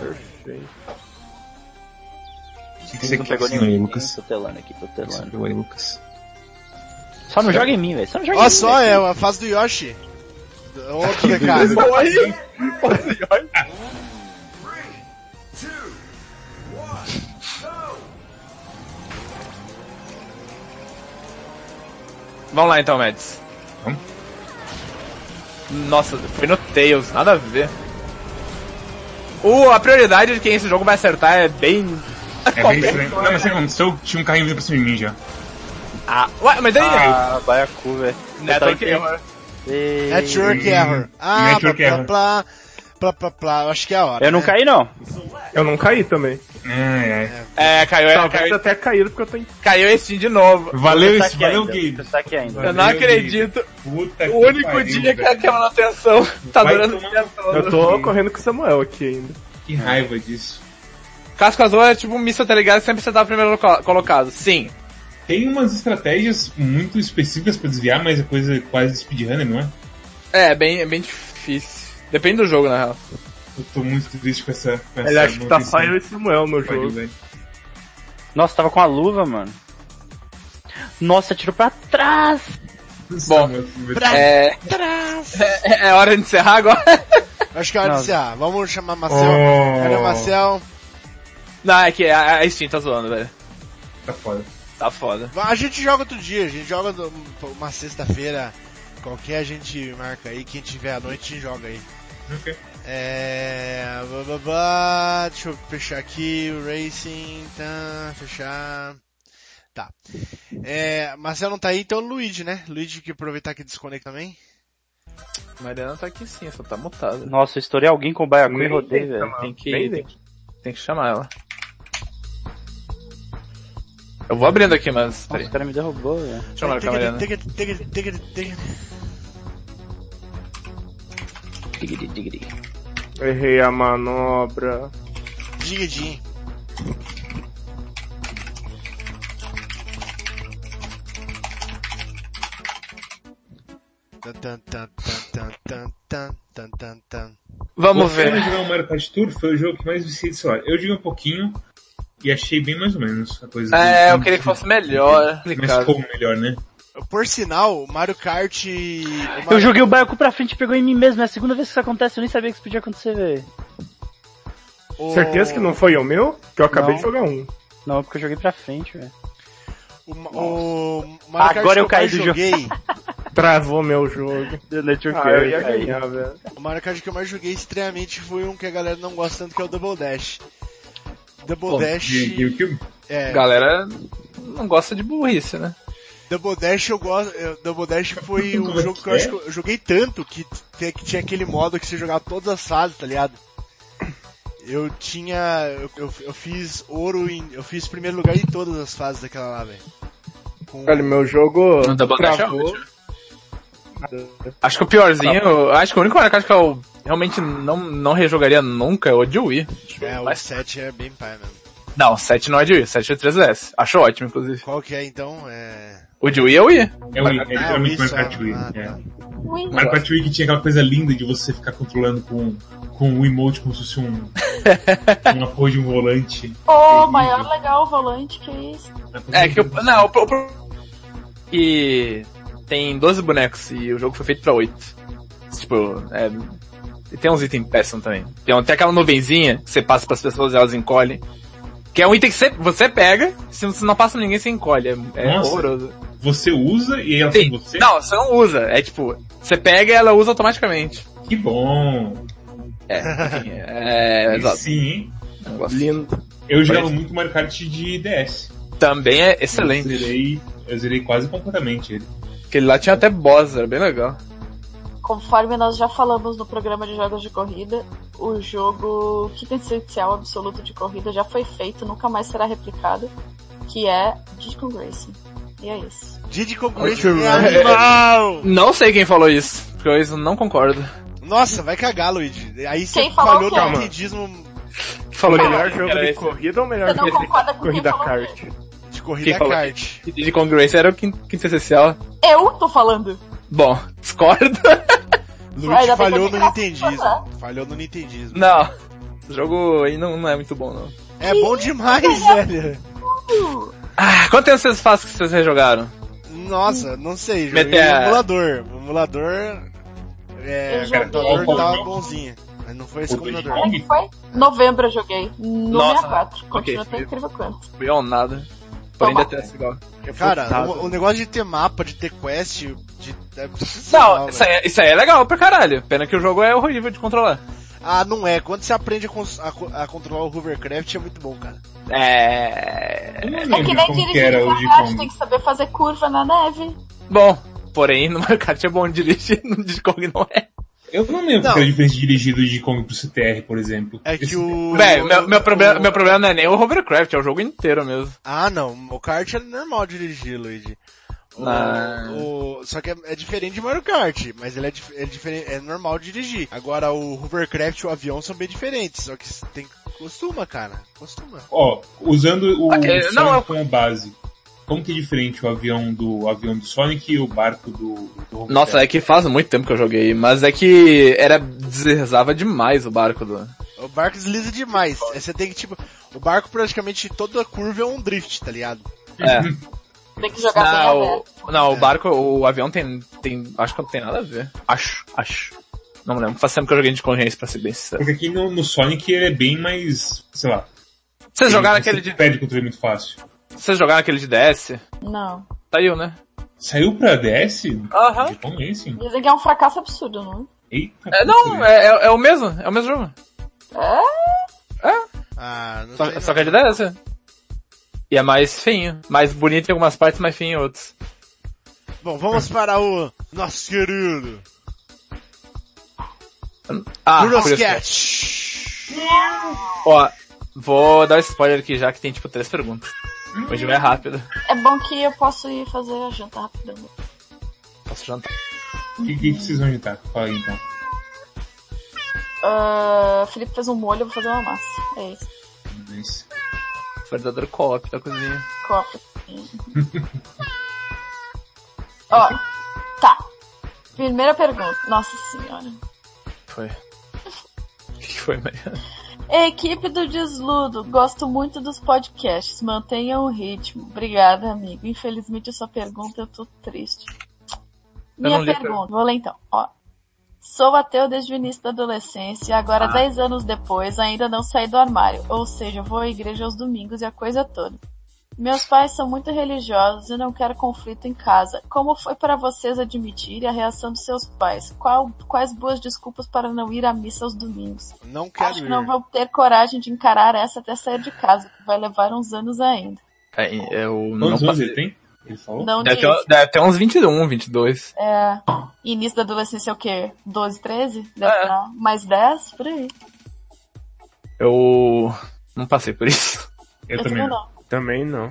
Perfeito.
Tem que ser
não
que
pegou
assim, aí,
nenhum.
Lucas.
Tô telando aqui, tô
Tem que
telando.
ser aí, Lucas.
Só não joga em mim, velho. Só não joga
Olha
em mim.
só,
velho.
é a fase do Yoshi. Outro recado.
Vamos lá então, Mads.
Vamos.
Nossa, foi no Tails, nada a ver. O, a prioridade de quem esse jogo vai acertar é bem...
É bem estranho. Não, mas sabe o que aconteceu? Tinha um carrinho vindo pra cima de mim já.
Ah, ué, mas aí...
Ah, baiacu, velho.
Network error.
Ei.
Network
Hum,
error. Ah,
network
plá,
error.
plá, plá, plá, plá, plá. Eu Acho que é a hora.
Eu não
né?
caí, não.
Eu não caí também.
Ai, ai.
É, caiu, é,
Talvez
caiu,
até caído porque eu tô em
caiu esse de novo.
Valeu
Tá
isso,
aqui
valeu
ainda.
Gabe.
Tá aqui ainda.
Eu não
Valeu,
acredito.
Puta
O único
pariu,
dia que
velho.
aquela manutenção tá
Vai
durando
tomar-
o dia todo.
Eu tô correndo com o Samuel aqui ainda.
Que raiva disso.
Casco azul é tipo um missa, tá ligado? Sempre você tá primeiro loca- colocado. Sim.
Tem umas estratégias muito específicas pra desviar, mas é coisa quase de speedrunner, não é?
É, bem, é bem difícil. Depende do jogo, na real.
Eu tô muito triste com essa... Com
Ele
essa
acha que tá
manutenção.
só eu e Samuel no
Pariu,
jogo.
velho.
Nossa, tava com a luva, mano. Nossa, tirou pra trás.
Bom,
Samuel, que
É... é. É hora de encerrar agora?
Eu Acho que é a hora de
Não.
encerrar. Vamos chamar Marcel. Cadê
Oh,
Marcel?
Não, é que a, a Steam tá zoando, velho.
tá foda.
Tá foda.
A gente joga outro dia, a gente joga do- uma sexta-feira qualquer, a gente marca aí. Quem tiver à noite, a gente joga aí.
Ok.
É. blá, blá, blá, deixa eu fechar aqui o Racing. Tá, fechar. Tá. É, Marcel não tá aí, então o Luigi, né? Luigi que aproveitar que desconecta também.
Mariana tá aqui sim, só tá mutada.
Nossa, eu estourei alguém com o baiacu e rodei,
Nem
velho.
Samuel,
Tem que-
nem
tem
nem.
Tem que chamar ela. Eu vou abrindo aqui, mas.
Nossa,
Peraí.
o cara me derrubou, velho.
Deixa eu marcar a Mariana.
Ticket, ticket, ticket, ticket.
Errei a manobra.
Digidim. Tan, tan, tan, tan, tan, tan, tan, tan.
Vamos
Voltando a
ver.
jogar o Mario Kart Tour foi o jogo que mais viciei de celular. Eu joguei um pouquinho e achei bem mais ou menos a coisa.
É,
do-
eu queria que fosse melhor.
né? Mas
Complicado.
como melhor, né?
Por sinal, o Mario Kart. o Mario-
Eu joguei o baiacu pra frente e pegou em mim mesmo. É a segunda vez que isso acontece, eu nem sabia que isso podia acontecer, velho.
o-
Certeza que não foi o meu? Que eu
Não.
acabei de jogar um.
Não, porque eu joguei pra frente, velho.
O, Ma- o Mario Kart
Agora
que
eu caí
mais
do jogo.
joguei.
Travou meu jogo.
Deu network
Ah, eu ia
error,
ganhar, velho.
o Mario Kart que eu mais joguei estranhamente foi um que a galera não gosta tanto, que é o Double Dash. Double Dash.
De GameCube.
É,
Galera não gosta de burrice, né?
Double Dash eu gosto. eu- Double Dash foi um
Como é
jogo que
que
eu
é?
acho que eu joguei tanto que, t- que tinha aquele modo que você jogava todas as fases, tá ligado? Eu tinha. Eu, eu, eu fiz ouro em. Eu fiz primeiro lugar em todas as fases daquela lá, velho. Com-
Olha, meu jogo
Não dá pra deixar,
travou.
Acho que o piorzinho, eu acho que o único Mario Kart que eu realmente não, não rejogaria nunca é o de Wii.
É, o
Mas-
7 é bem pai mesmo.
Não, 7 não é de Wii, 7 é 3DS. Acho ótimo, inclusive.
Qual que é então? É.
O de Wii é o Wii.
É, o-
Ah,
é literalmente Mario
isso,
Kart Wii.
ah,
é.
tá.
Ui.
Mario Kart Wii que tinha aquela coisa linda de você ficar controlando com, com o emote como se fosse um, um apoio de um volante.
Ô, maior legal o volante que isso.
É que o. Não, o. pro- pro- E. Tem 12 bonecos e o jogo foi feito pra 8. Tipo, é. E tem uns itens péssimos também. Tem até aquela nuvenzinha que você passa pras pessoas e elas encolhem. Que é um item que você, você pega, se você não passa pra ninguém, você encolhe. É, é
Nossa.
horroroso.
Você usa e ela tem
Sim.
você?
Não, você não usa. É tipo, você pega e ela usa automaticamente.
Que bom!
Enfim, é, é,
E
exato.
Sim, hein?
Eu gosto.
Lindo.
Eu jogava muito Mario Kart de DS.
Também é
Eu
excelente.
zerei, eu zerei quase completamente ele.
Aquele lá tinha até boss, era bem legal.
Conforme nós já falamos no programa de jogos de corrida, o jogo que tem essencial absoluto de corrida já foi feito, nunca mais será replicado, que é Digital Racing. E é isso.
Didi Concurrência é animal!
Não sei quem falou isso, porque eu não concordo.
Nossa, vai cagar, Luigi. Aí você
Quem falou
falhou
que
no
é?
atletismo
O
Falou
melhor jogo
era
de
esse.
corrida ou o melhor
Você não
é
jogo de
concorda com quem
corrida
falou
kart?
de
Quem
corrida é
falou?
kart.
que de Congruência era o quinto quinto essencial.
Eu tô falando.
Bom, discordo.
Ainda bem que
Luigi
eu
falhou no
tenho que
nintendismo.
gravar.
Falhou no nintendismo.
Não. O jogo aí não, não é muito bom, não.
É bom demais, velho.
Ah, quanto tempo vocês fazem que vocês jogaram?
Nossa, não sei, joguei
Meter a-
no emulador. O emulador... É,
Eu
o
joguei.
computador
Qual
tava
foi o jogo?
bonzinho. Mas não foi esse
O Donkey
computador.
Kong?
Foi? Novembro eu joguei. No
Nossa.
64. Continua
Ok,
tão incrível quanto.
Beyond nada. Porém,
Toma.
detesto igual.
Cara,
Putado.
o, o negócio de ter mapa, de ter quest, de... É sensacional,
Não,
velho.
isso aí, é- isso aí é legal pra caralho. Pena que o jogo é horrível de controlar.
Ah, não é. Quando você aprende a, cons- a co- a controlar o hovercraft é muito bom, cara.
É.
Eu não
É que
lembro
nem
como que era
dirigir
o de
de tem
Kong.
que saber fazer curva na neve.
Bom, porém, no Mario Kart é bom dirigir, no Diddy Kong não é.
Eu não lembro
Não.
que era diferente de dirigir do de Kong pro CTR, por exemplo.
É que
Esse-
o...
Velho, meu, meu,
o-
problema,
o-
meu problema não é nem o Hovercraft, é o jogo inteiro mesmo.
Ah, não. O kart é normal dirigir, Luigi. O-
Ah.
o- Só que é, é diferente de Mario Kart, mas ele é, dif- é diferente, é normal dirigir. Agora o hovercraft e o avião são bem diferentes, só que você tem costuma, cara. Costuma.
Ó, usando o
Ah, é,
Sonic
não, eu-
como base, como que é diferente o avião do o avião do Sonic e o barco do... do
Nossa, é que faz muito tempo que eu joguei, mas é que era deslizava demais o barco do.
O barco desliza demais. Aí Você tem que tipo, o barco praticamente toda curva é um drift, tá ligado?
É.
Tem que jogar bem
Não,
aberto.
o, não, o barco, o avião tem, tem, acho que não tem nada a ver. Acho, acho. Não me lembro, faz tempo que eu joguei de concorrência pra ser bem sincero.
Porque aqui no, no Sonic ele é bem mais, sei lá...
Vocês jogaram
você
aquele de,
Perde o controle muito fácil.
vocês jogaram aquele de DS?
Não.
Saiu, né?
Saiu pra DS?
Aham.
De Kong Racing?
Dizem que é um fracasso absurdo, não?
Eita.
É, não, é, é, é o mesmo, é o mesmo jogo.
É?
Ah, não sei.
Só, só
não.
que é de DS. E é mais feinho. Mais bonito em algumas partes, mais feinho em outras.
Bom, vamos para o nosso querido
Ah, por isso que-
Euroscat.
Ó, vou dar um spoiler aqui já que tem tipo três perguntas. Hoje vai rápido.
É bom que eu posso ir fazer a janta rapidão.
Posso jantar.
O que, que vocês vão editar? Fala aí então.
Ah, Felipe fez um molho, eu vou fazer uma massa. É isso.
Mas-
Verdadeiro co-op da cozinha.
Copa. Ó, tá. Primeira pergunta. Nossa senhora.
Foi. O que que foi, Mariana?
Equipe do Desludo, gosto muito dos podcasts. Mantenham o ritmo. Obrigada, amigo. Infelizmente, a sua pergunta eu tô triste. Minha
não li a
pergunta, vou ler então. Ó. Sou ateu desde o início da adolescência e agora,
Ah.
10 anos depois, ainda não saí do armário. Ou seja, vou à igreja aos domingos e a coisa toda. Meus pais são muito religiosos e não quero conflito em casa. Como foi para vocês admitir a reação dos seus pais? Qual- quais boas desculpas para não ir à missa aos domingos?
Não quero
Acho que
ir.
não vou ter coragem de encarar essa até sair de casa, que vai levar uns anos ainda.
É, Eu não
Quantos anos
passei.
ele tem? Ele falou?
Não
Deve
disse.
ter, deve ter uns 21, 22.
É, início da adolescência é o quê? 12, 13? Deve
É.
dar mais 10? Por aí.
Eu não passei por isso.
Eu também
é
não.
Também não.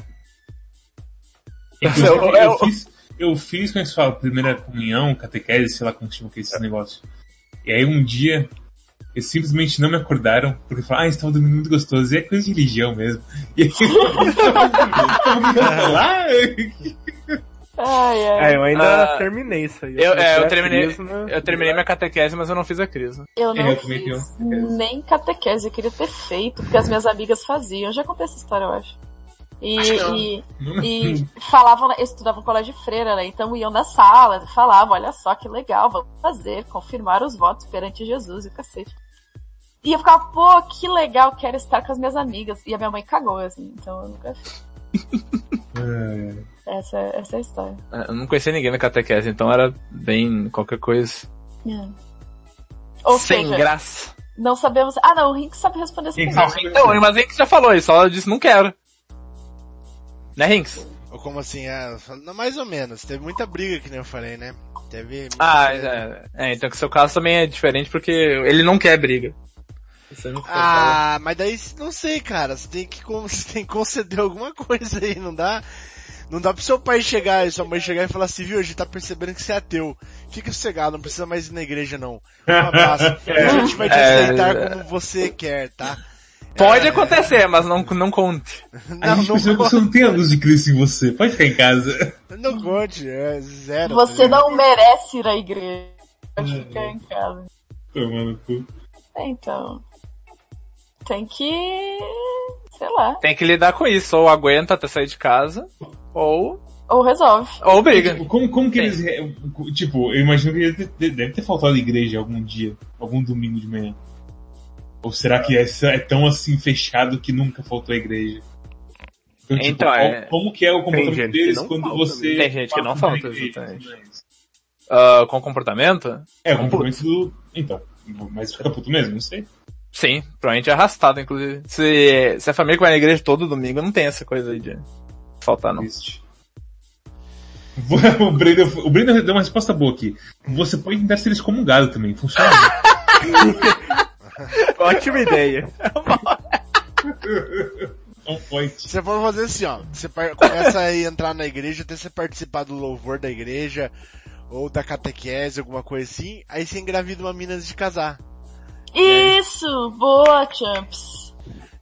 Inclusive,
Eu-
eu,
eu-
fiz, eu fiz com essa primeira comunhão, catequese, sei lá como chama que é esse negócio. E aí um dia, eles simplesmente não me acordaram, porque falaram, ah, estava dormindo muito gostoso, e é coisa de religião mesmo. E aí eu tava lá,
Ai, ai.
É, eu ainda
Ah,
terminei isso aí.
eu- é, eu
comecei a
terminei-
crisma-
Eu terminei minha catequese, mas eu não fiz a crise.
Eu não
eu é também
fiz
tenho catequese.
nem catequese, eu queria ter feito, porque as minhas amigas faziam. Eu já contei essa história, eu acho. E, e,
Não,
e falavam, eu estudava no colégio de freira, né? Então iam na sala, falavam, olha só que legal, vamos fazer, confirmar os votos perante Jesus e o cacete. E eu ficava, pô, que legal, quero estar com as minhas amigas. E a minha mãe cagou, assim, então eu nunca fiz.
é,
Essa, essa é a história.
Eu não conhecia ninguém na catequese, então era bem qualquer coisa.
É. Ou
Sem
seja,
graça.
não sabemos. Ah, não, o Rink sabe responder essa
Rinks
pergunta.
sabe.
Então, mas é que já falou, ele só disse não quero. Né, Rinks?
O Ou como assim, ah, não, mais ou menos. Teve muita briga, que nem eu falei, né? Teve. muita
Ah,
treta.
é, é, então que seu caso também é diferente porque ele não quer briga. Isso é muito
Ah, mas daí não sei, cara. Você tem que, con- você tem que conceder alguma coisa aí, não dá? Não dá pro seu pai chegar e sua mãe chegar e falar assim, viu, a gente tá percebendo que você é ateu. Fica sossegado, não precisa mais ir na igreja não. Um abraço. A gente vai te
É.
aceitar como você quer, tá?
Pode acontecer, mas não, não conte.
A gente percebeu que tipo, você não tem a luz de Cristo em você. Pode ficar em casa.
não, não conte, é zero.
Você
tá ligado?
não merece ir à igreja. Pode ficar em casa.
Tomando cu.
Então. Tem que. Sei lá.
Tem que lidar com isso. Ou aguenta até sair de casa, ou,
Ou resolve.
ou briga.
Tipo, Como, como que
Sim.
eles. re- Tipo, eu imagino que ele de- deve ter faltado à igreja algum dia, algum domingo de manhã. Ou será que é é tão assim fechado que nunca faltou à igreja?
Então,
como,
é-
como que é o comportamento
gente que
deles
não
quando
falta
você.
mesmo. Tem gente que não
passa na
falta,
igreja,
exatamente.
mas-
Ah, com comportamento?
É, o comportamento do. Então, mas fica puto mesmo, não sei.
Sim, provavelmente é arrastado, inclusive. Se, se a família que vai na igreja todo domingo, não tem essa coisa aí de faltar, não.
Triste. O Breno, o Breno deu uma resposta boa aqui. Você pode tentar ser excomungado um também, funciona. né?
Ótima ideia.
Não Então, pode.
Você pode fazer assim, ó. Você par- começa a entrar na igreja até você participar do louvor da igreja ou da catequese, alguma coisa assim. Aí você engravida uma mina antes de casar.
Isso! Boa, Champs!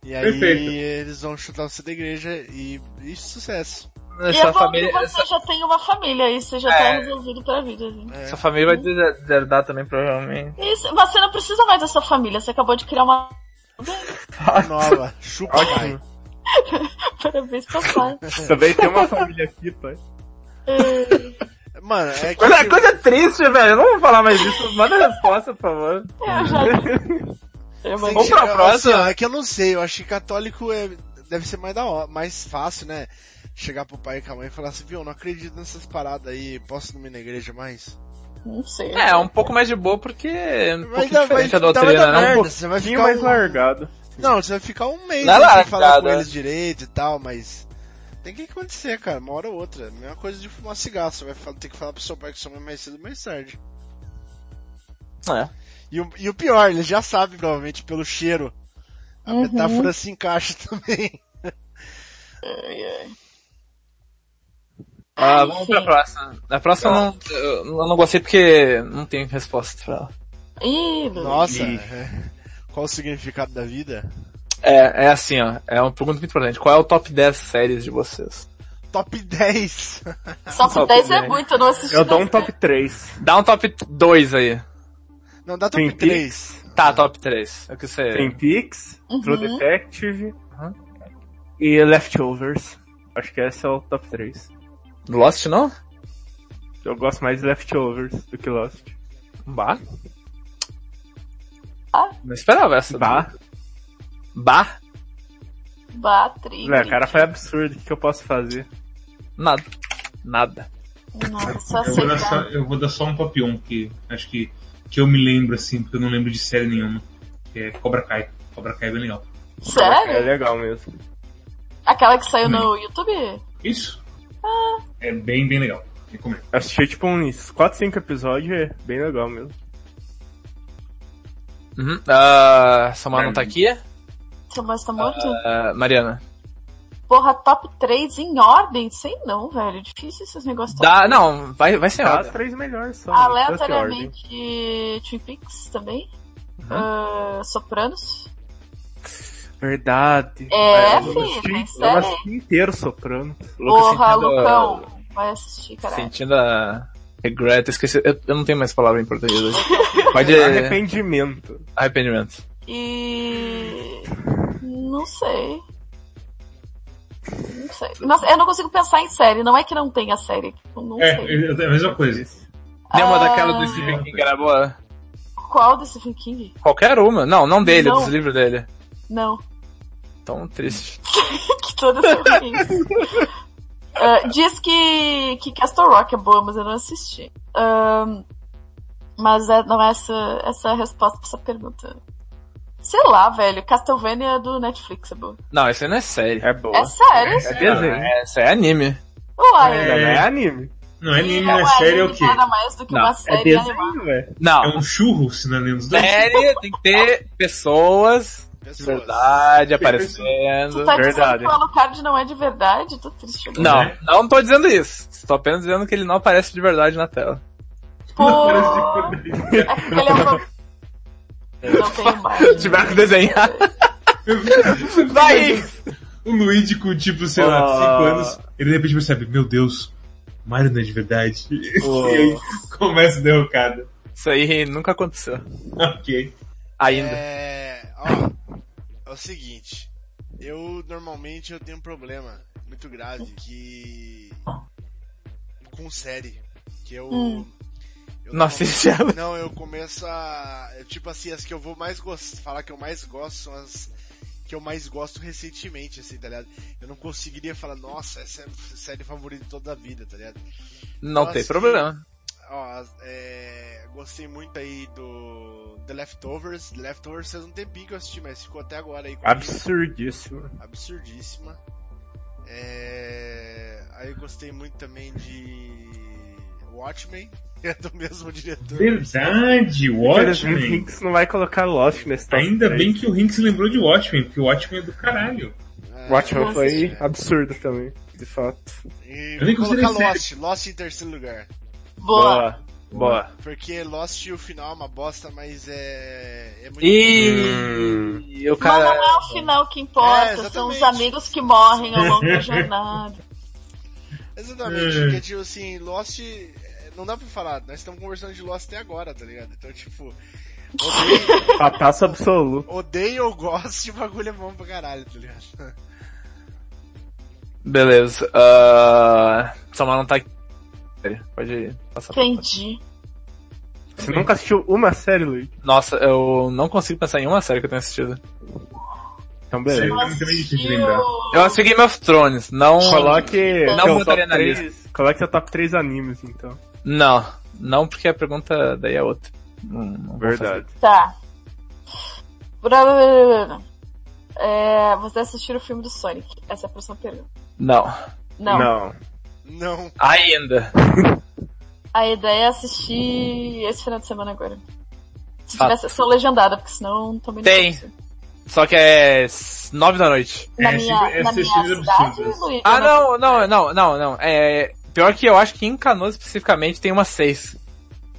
E aí
Perfeito.
eles vão chutar você da igreja e, e sucesso.
E
Sua
é bom
família,
que você
sua,
já tem uma família e você já
É.
tá resolvido pra vida. Assim.
É.
sua família vai te deserdar também, provavelmente.
Isso, você não precisa mais dessa família, você acabou de criar uma.
Ah.
Nova. Chupa, pai.
Parabéns, papai.
Também tem uma família aqui, tá? pai.
É,
Mano, é que...
Coisa, coisa triste, velho. Eu não vou falar mais disso. Manda resposta, por favor.
Eu já. Eu
Tem que
Vamos pra
chegar- assim,
próxima?
ó, é que eu não sei, eu acho que católico é, deve ser mais da hora, mais fácil, né? Chegar pro pai e com a mãe e falar assim, viu, eu não acredito nessas paradas aí, posso não ir na igreja mais?
não sei.
É, é um pouco mais de boa porque é um pouco
dá-
diferente a
dá-
doutrina,
vai dar
né?
merda, você vai
Tinha
ficar
mais
um-
largado.
Não, você vai ficar um mês
Não é
sem
largada.
falar com eles direito e tal, mas... Tem que acontecer, cara, uma hora ou outra. É Mesma coisa de fumar cigarro, você vai fa- ter que falar pro seu pai que sua mãe é mais cedo ou mais tarde.
É.
E o, e o pior, eles já sabem, provavelmente, pelo cheiro. A
Uhum.
metáfora se encaixa também.
Ah, vamos pra
Sim.
próxima. A próxima eu não, eu não gostei porque não tem resposta pra ela.
Ih,
Nossa,
E-
é. qual o significado da vida?
É, é assim, ó. É uma pergunta muito importante. Qual é o top 10 séries de vocês?
Top 10!
só por
Top
10 é
dez.
muito, eu não assisti.
Eu dou um
nada.
top 3.
Dá um top 2 aí.
Não, dá top
Twin
3.
Tá, top 3. É o que você...
Tem Peaks, True
Uhum.
Detective e Leftovers. Acho que esse é o top 3.
Lost, não?
Eu gosto mais de Leftovers do que Lost.
Bah.
Ah.
Não esperava essa.
Bah.
Bah?
Batri.
Né, cara, foi absurdo. O que, que eu posso fazer?
Nada. Nada.
Nossa, só
Eu vou, dar só,
aceitar.
eu vou dar só um top 1, que acho que, que eu me lembro, assim, porque eu não lembro de série nenhuma. Que é Cobra Kai. Cobra Kai é bem legal.
É
Sério?
legal mesmo.
Aquela que saiu
Hum.
no YouTube?
Isso? É bem, bem legal. Recomendo.
Eu Assisti tipo uns 4, 5 episódios é bem legal mesmo.
Uhum. Ah, Samara não tá aqui?
Seu mais tá morto?
Ah, Mariana.
Porra, top 3 em ordem? Sei não, velho. Difícil esses negócios.
né?
Dá, não, vai, vai sem
Tá,
ordem.
as três melhores só. não precisa ter ordem.
Aleatoriamente, Twin Peaks também. Ah, Sopranos.
Verdade.
É,
eu
filho,
assisti-
tem
Eu
série.
assisti inteiro soprano. assim,
Porra,
sentindo-
Lucão. Vai assistir, caralho.
Sentindo a regret, esqueci, eu, eu não tenho mais palavra em português hoje. Pode é,
Arrependimento.
arrependimento.
E. Não sei. Não sei. Nossa, eu não consigo pensar em série. Não é que não tenha série. Eu não
É,
sei.
é é a mesma coisa.
Lembra
Ah.
daquela do Stephen King que era boa?
Qual desse Stephen King?
Qualquer uma. Não, não dele,
Não.
dos livros dele.
Não.
Tão triste.
Que todas são ruins. Ah, diz que, que Castle Rock é boa, mas eu não assisti. Ahn, mas é- não é essa, essa é a resposta pra essa pergunta. Sei lá, velho. Castlevania do Netflix é boa.
Não, isso aí não é sério.
É boa.
É sério?
É desenho. É, isso aí é anime.
Uai,
Ainda não é anime.
Não é anime,
uai,
é série é o
ele
quê?
Nada mais do um que
Não,
uma
é
É
série animada.
desenho, velho.
É
Não,
um churro, sinônimos
É,
dois.
série tem que ter pessoas de
Pessoas.
verdade
Tu
aparecendo.
tá dizendo
Verdade.
que o Alucard não é de verdade? Tô triste. agora.
Não, não tô dizendo isso. Estou apenas dizendo que ele não aparece de verdade na tela.
Pô, Tipo, é porque ele é um... vampiro. Não tenho mais.
Tiveram que desenhar. Vai!
O Luigi com, tipo, sei lá, 5 anos, ele de repente percebe, meu Deus, Mario não é de verdade. E aí começa a derrocada.
Isso aí nunca aconteceu.
Ok.
Ainda.
É, ó, é o seguinte, eu normalmente eu tenho um problema muito grave que com série, que eu, eu
Não assiste ela.
Não, eu começo a. eu, Tipo assim, as que eu vou mais gostar. Falar que eu mais gosto são as que eu mais gosto recentemente, assim, tá ligado? Eu não conseguiria falar, nossa, essa é a série favorita de toda a vida, tá ligado?
Não
Nossa,
tem problema.
Ó, as- é, gostei muito aí do The Leftovers. The Leftovers faz um tempinho que eu assisti, mas ficou até agora aí. comigo.
Absurdíssimo.
Absurdíssima. É, aí eu gostei muito também de Watchmen, que é do mesmo diretor.
Verdade,
Infelizmente, o
Watchmen.
Hinks não vai colocar Lost nesse top
Ainda
É
três.
bem que o Hinks lembrou de Watchmen, porque o Watchmen é do caralho.
É,
Watchmen
Nossa,
foi
é.
absurdo também, de fato.
E
Eu nem
vou
considerei
colocar Lost, Lost em terceiro lugar.
Boa.
Boa.
Porque Lost o final é uma bosta, mas é. é muito
E, e o
Mas
cara.
não é o final que
É,
importa,
exatamente.
são os amigos que morrem ao longo da jornada.
Exatamente,
É.
porque tipo assim, Lost. é, Não dá pra falar, nós estamos conversando de Lost até agora, tá ligado? Então, tipo, odeio,
Pataço absoluto.
odeio ou gosto de bagulho é bom pra caralho, tá ligado?
Beleza. Uh... Samar não tá aqui. Pode passar.
Entendi.
Você nunca assistiu uma série, Luiz?
Nossa, eu não consigo pensar em uma série que eu tenha assistido.
Sério,
Então beleza.
é muito difícil de lembrar.
Eu assisti Game of Thrones, não.
Coloque
Não
seu
botaria
top
na
3, coloque seu top 3 animes, então.
Não, não porque a pergunta daí é outra. Não, não vou
Verdade.
Tá. Brá- É, você assistiu o filme do Sonic? Essa é a próxima pergunta.
fazer. Não,
Não.
Não.
Tá ainda.
A ideia é assistir esse final de semana agora. Se
Fato.
tiver sessão legendada, porque senão também não
Tem.
consigo.
Só que é s- nove da noite.
Na
É,
minha,
sempre- é
na minha
sessões
cidade,
absurdas.
Luiz?
Ah,
Eu
não, não, não, não, não. É pior que eu acho que em Canoas especificamente tem umas seis.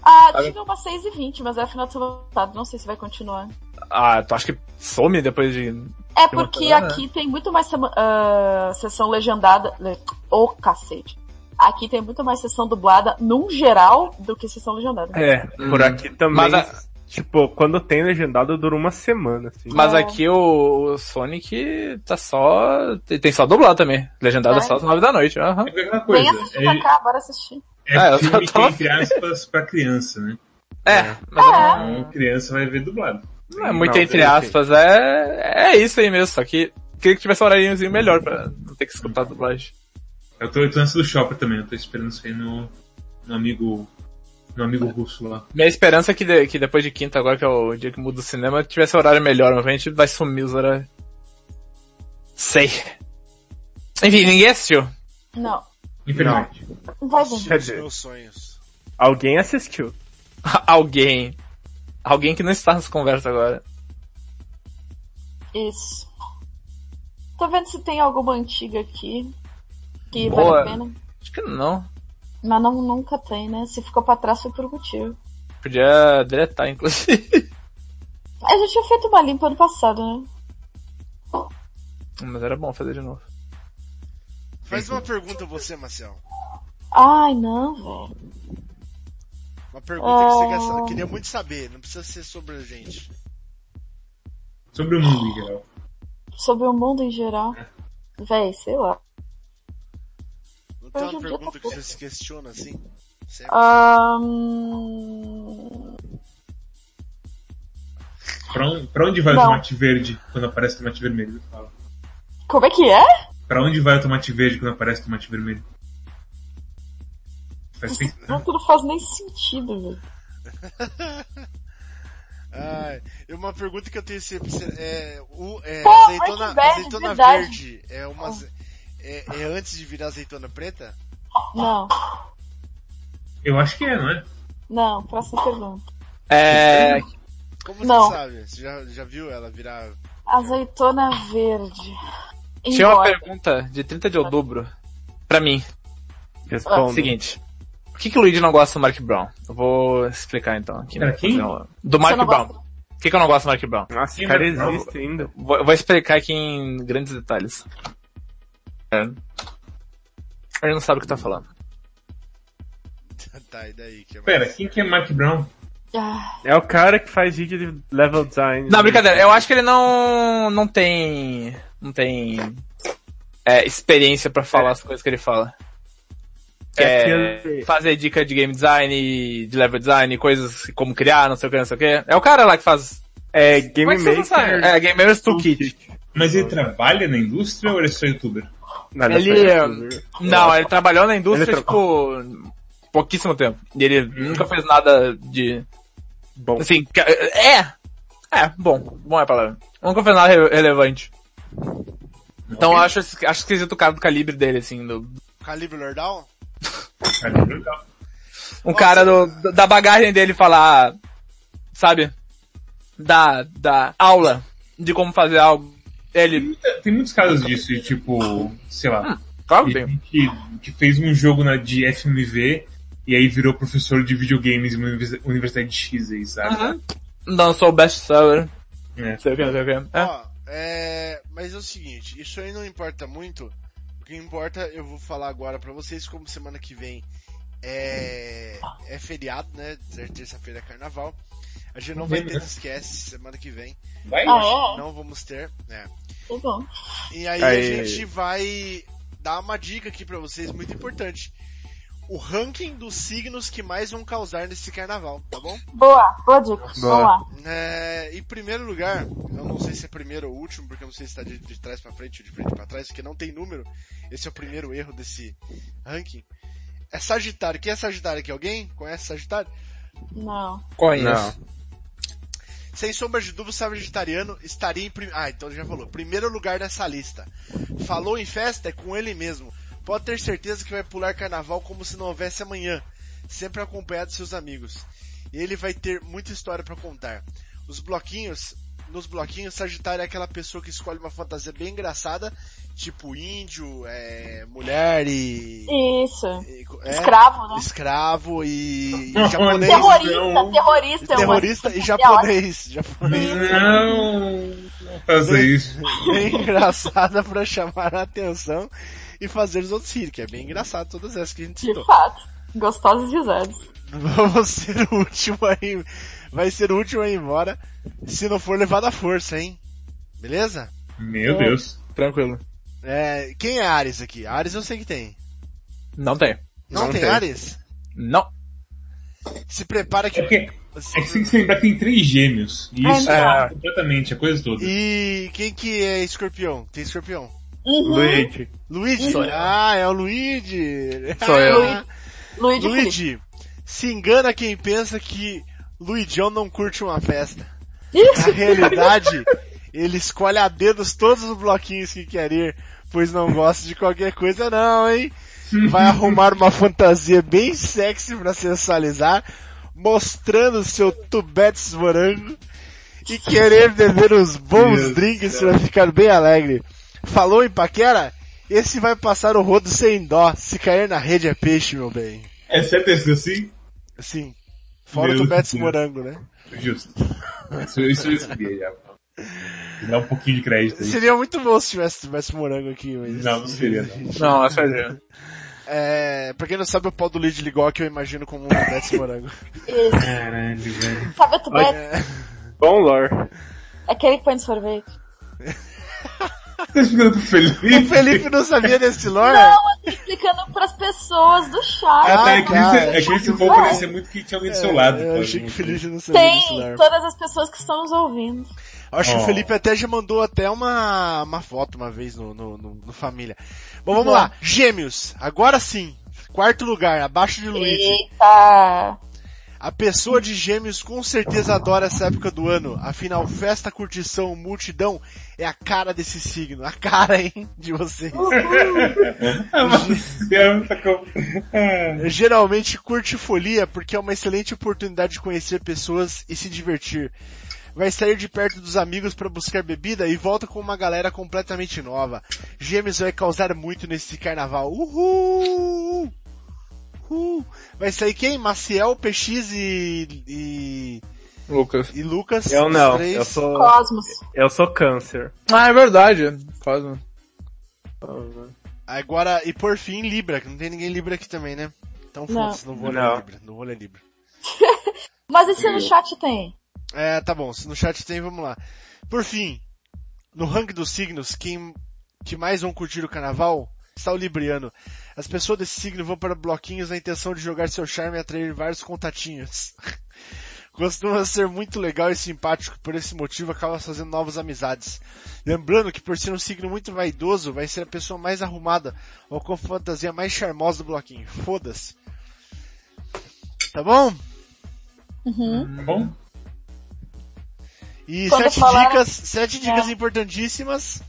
Ah, tive uma 6 e 20 mas é final de semana passado, não sei se vai continuar.
Ah, tu acha que some depois de
É
Tem uma né?
porque
semana,
aqui tem muito mais sema- ah, sessão legendada. le- Ô, cacete. Aqui tem muito mais sessão dublada, num geral, do que sessão legendada.
É, por aqui.
Que também,
Mas, a-
tipo, quando tem legendado, dura uma semana, assim.
mas
Não.
aqui o, o Sonic tá só. tem- Tem só dublado também. Legendado
É?
só às nove da noite. aham.
É aquela
Vem
coisa,
assistir pra
é,
cá, bora assistir.
é
Ah, eu
filme
só tava-
que, entre aspas, pra criança, né?
É, mas
É.
Então criança vai ver dublado.
não é muito
Não,
entre
eu sei.
aspas. É, é isso aí mesmo, só que queria que tivesse um horáriozinho melhor pra não ter que escutar a dublagem.
Eu tô, eu tô antes do shopping também, eu tô esperando sair no, no amigo. No amigo russo lá.
Minha esperança é que, de- que depois de quinta, agora que é o dia que muda o cinema, tivesse horário melhor, mas a gente vai sumir os horários. Sei. Enfim, ninguém assistiu.
Não,
Infelizmente.
não vai vir.
Quer
Os
dizer,
meus sonhos.
alguém assistiu.
Alguém. Alguém que não está nas conversas agora.
Isso. Tô vendo se tem alguma antiga aqui que
Boa.
vale a pena.
Acho que não.
Mas não, nunca tem, né? Se ficou pra trás foi por motivo.
Podia deletar, inclusive.
A gente tinha feito uma limpa ano passado, né?
Mas era bom fazer de novo.
Faz uma pergunta você, Marcel.
Ai, não, velho.
Uma pergunta que você quer
Ah.
saber. Queria muito saber, não precisa ser sobre a gente.
Sobre o mundo em geral.
Sobre o mundo em geral.
É.
Véi, sei lá.
Não tem
Hoje
uma
em dia tá
pergunta que você se questiona assim? Sempre.
Ahn,
Pra, on- pra onde vai
Não.
o tomate verde quando aparece tomate vermelho? Eu falo.
Como é que é?
Pra onde vai o tomate verde quando aparece tomate vermelho? Faz tempo. né?
Isso não faz nem sentido, velho.
Ah, e uma pergunta que eu tenho sempre se- é, o, é
Pô,
azeitona,
Breaking Bad,
azeitona
verdade.
verde é uma aze- é, é antes de virar azeitona preta?
Não,
Eu acho que é, não é?
não, próxima pergunta.
É.
Como você
Não.
sabe? Você já, já viu ela virar.
Azeitona verde.
Tinha uma
Embora.
pergunta de 30 de outubro pra mim. Ah,
Responda.
Seguinte. Por que, que o Luigi não gosta do Mark Brown? Eu vou explicar então aqui.
Pra quem?
Do Mark
Você não
Brown. Por que, que eu não gosto do Mark Brown?
Nossa,
Sim,
o cara
não.
existe ainda.
Vou, vou explicar aqui em grandes detalhes. É. Ele não sabe o que tá falando.
Tá, e daí? Que é mais-
Pera, quem que é Mark Brown?
Ah,
É o cara que faz vídeo de level design. né?
Não, brincadeira. Eu acho que ele não não tem não tem é, experiência pra falar as coisas que ele fala. Que
É
é,
que ele-
fazer dica de game design, de level design, coisas como criar, não sei o que, não sei o que. É o cara lá que faz.
É Game
Como é que vocês não sabem?
Maker.
É, Game Maker's Toolkit.
Mas ele trabalha na indústria ou ele é só youtuber?
Nada
Ele,
faz
é,
isso.
não, ele trabalhou na indústria,
Ele
tipo, pouquíssimo tempo. E ele nunca fez nada de
Bom,
Assim, que- é. É, bom. Bom é a palavra. Nunca fez nada re- relevante. Então eu acho, es- acho esquisito o cara do calibre dele, assim. Do,
Calibre Lordal?
Cara, legal.
um cara do, da bagagem dele falar, sabe? Da, da aula de como fazer algo. Ele,
Tem muitos casos disso, de tipo, sei lá,
claro que tem.
gente que, que fez um jogo na, de FMV e aí virou professor de videogames em uma univers- universidade X, aí, sabe?
Uhum. Lançou o best-seller.
É.
Sei o que, não sei o que. É.
Ó, é, mas é o seguinte, isso aí não importa muito. O que importa, eu vou falar agora pra vocês, como semana que vem é, é feriado, né? Ter- Terça-feira é carnaval. A gente não vai ter esquece semana que vem.
Vai,
ah é?
Não vamos ter, né?
Tá bom.
E aí
Aí.
a gente vai dar uma dica aqui pra vocês muito importante. O ranking dos signos que mais vão causar nesse carnaval, tá bom?
Boa, boa dica.
Boa.
Vamos lá.
É, em primeiro lugar, eu não sei se é primeiro ou último, porque eu não sei se tá de, de trás pra frente ou de frente pra trás, porque não tem número. Esse é o primeiro erro desse ranking. É Sagitário. Quem é Sagitário aqui? Alguém conhece Sagitário?
Não.
Conheço.
Sem sombra de dúvida, o Sagitariano estaria em primeiro. Ah, então ele já falou. Primeiro lugar dessa lista. Falou em festa é com ele mesmo. Pode ter certeza que vai pular carnaval como se não houvesse amanhã. Sempre acompanhado de seus amigos. E ele vai ter muita história pra contar. Os bloquinhos. Nos bloquinhos, Sagitário é aquela pessoa que escolhe uma fantasia bem engraçada, tipo índio, é, mulher e.
Isso.
e- é,
Escravo, né?
escravo e,
Olha.
e japonês.
Terrorista,
não.
terrorista. é uma-
Terrorista e japonês. Japonês.
Não, não faça isso.
bem engraçada pra chamar a atenção e fazer os outros rir, que é bem engraçado todas essas que a gente
De
citou.
fato. Gostosos risadas.
Vamos ser o último aí, vai ser o último a ir embora, se não for levado à força, hein? Beleza?
Meu Deus.
Tranquilo.
É, quem é Ares aqui? Ares eu sei que tem.
Não tem.
Não,
Não
tem,
tem.
Ares?
Não.
Se prepara que...
É porque é que você tem que se lembrar que tem três gêmeos. E
Ai,
isso
não.
é completamente a coisa toda.
E quem que é escorpião? Tem escorpião?
Uhum.
Luigi.
Luigi? Ah, é o Luigi!
Sou eu.
Ah.
Luigi. Felipe.
Luigi, se engana quem pensa que Luigião não curte uma festa. Na
Isso.
realidade, ele escolhe a dedos todos os bloquinhos que quer ir, pois não gosta de qualquer coisa não, hein? Vai arrumar uma fantasia bem sexy pra sensualizar, mostrando seu tubetes morango e querer beber uns bons
Meu
drinks pra ficar bem alegre. Falou em paquera? Esse vai passar o rodo sem dó. Se cair na rede é peixe, meu bem.
É certeza assim?
Sim. Fora
Meu
do Betis
Deus.
Morango, né?
Justo. Isso, isso eu sabia já. Dá um pouquinho de crédito aí.
Seria muito bom se tivesse o Betis Morango aqui, mas...
Não, não seria não.
Não, essa é a ideia.
É, pra quem não sabe, o pau do Lid Ligó que eu imagino como um Betis Morango.
Isso.
Caralho, velho.
Sabe o Tubete?
É,
Bom lore.
É aquele que põe de sorvete.
Tá explicando pro Felipe?
o Felipe não sabia desse lore?
Não, eu tô explicando pras pessoas do chat.
Ah, tá, é
Ah,
que
tá.
isso- é que isso vou parecer muito que tinha alguém do seu lado.
É, eu
pô,
achei que o
não-
Felipe não sabia desse
Tem
lore.
todas as pessoas que estão nos ouvindo.
Acho que
Oh.
o Felipe até já mandou até uma, uma foto uma vez no, no, no, no Família. Bom, vamos lá. Gêmeos. Agora sim. Quarto lugar, abaixo de Luigi.
Eita!
A pessoa de gêmeos com certeza adora essa época do ano. Afinal, festa, curtição, multidão é a cara desse signo. A cara, hein, de vocês.
É, tá
Geralmente curte folia porque é uma excelente oportunidade de conhecer pessoas e se divertir. Vai sair de perto dos amigos para buscar bebida e volta com uma galera completamente nova. Gêmeos vai causar muito nesse carnaval. Uhul! Uhul! Vai sair quem? Maciel, PX e, e,
Lucas.
e Lucas.
Eu
os
não,
três.
eu sou,
Cosmos.
eu sou câncer.
Ah, é verdade. um- Cosmo.
Agora, e por fim, Libra, que não tem ninguém Libra aqui também, né? Então foda-se, não vou ler
Não.
Libra, não vou ler Libra.
Mas e se no chat tem?
É, tá bom, se no chat tem, vamos lá. Por fim, no ranking dos signos, quem que mais vão curtir o carnaval está o Libriano. As pessoas desse signo vão para bloquinhos na intenção de jogar seu charme e atrair vários contatinhos. Costuma ser muito legal e simpático, por esse motivo acaba fazendo novas amizades. Lembrando que por ser um signo muito vaidoso, vai ser a pessoa mais arrumada ou com a fantasia mais charmosa do bloquinho. Foda-se. Tá bom?
Uhum.
Tá bom?
E
Quando
sete
falaram-
dicas, sete dicas
É.
importantíssimas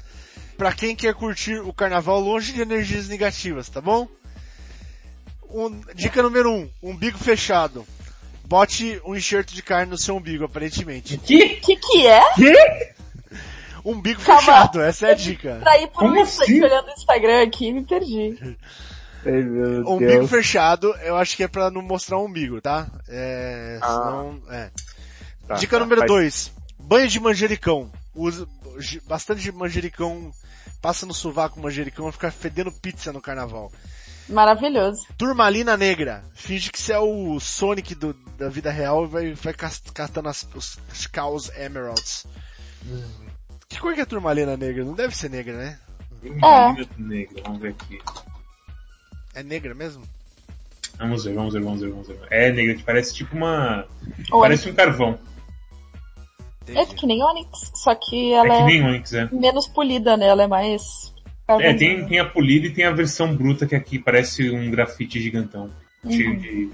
para quem quer curtir o carnaval longe de energias negativas, tá bom? Um- dica número um, umbigo fechado. Bote um enxerto de carne no seu umbigo, aparentemente.
Que?
Que que é?
Umbigo
Calma.
fechado, essa é a dica.
Pra ir por
Como
um instante
assim?
olhando o Instagram aqui, me perdi.
Ai, meu
Umbigo fechado, eu acho que é pra não mostrar o umbigo, tá? É, senão, é.
Tá,
Dica número dois banho de manjericão. Usa gi- bastante de manjericão, passa no sovaco manjericão e fica fedendo pizza no carnaval.
Maravilhoso.
Turmalina Negra. Finge que você é o Sonic do- da vida real e vai, vai cas- catando as, os, os Chaos Emeralds. Que cor que é a Turmalina Negra? Não deve ser negra, né?
É. Negro, vamos ver aqui.
É negra mesmo?
Vamos ver, vamos ver, vamos ver, vamos ver. É negra, que parece tipo uma.
Onyx.
Parece um carvão.
É
Entendi.
que nem Onyx, só que
É
ela
que
é
nem Onix, é.
menos polida, né? Ela é mais...
É, tem, tem a polida e tem a versão bruta que aqui parece um grafite gigantão. Cheio de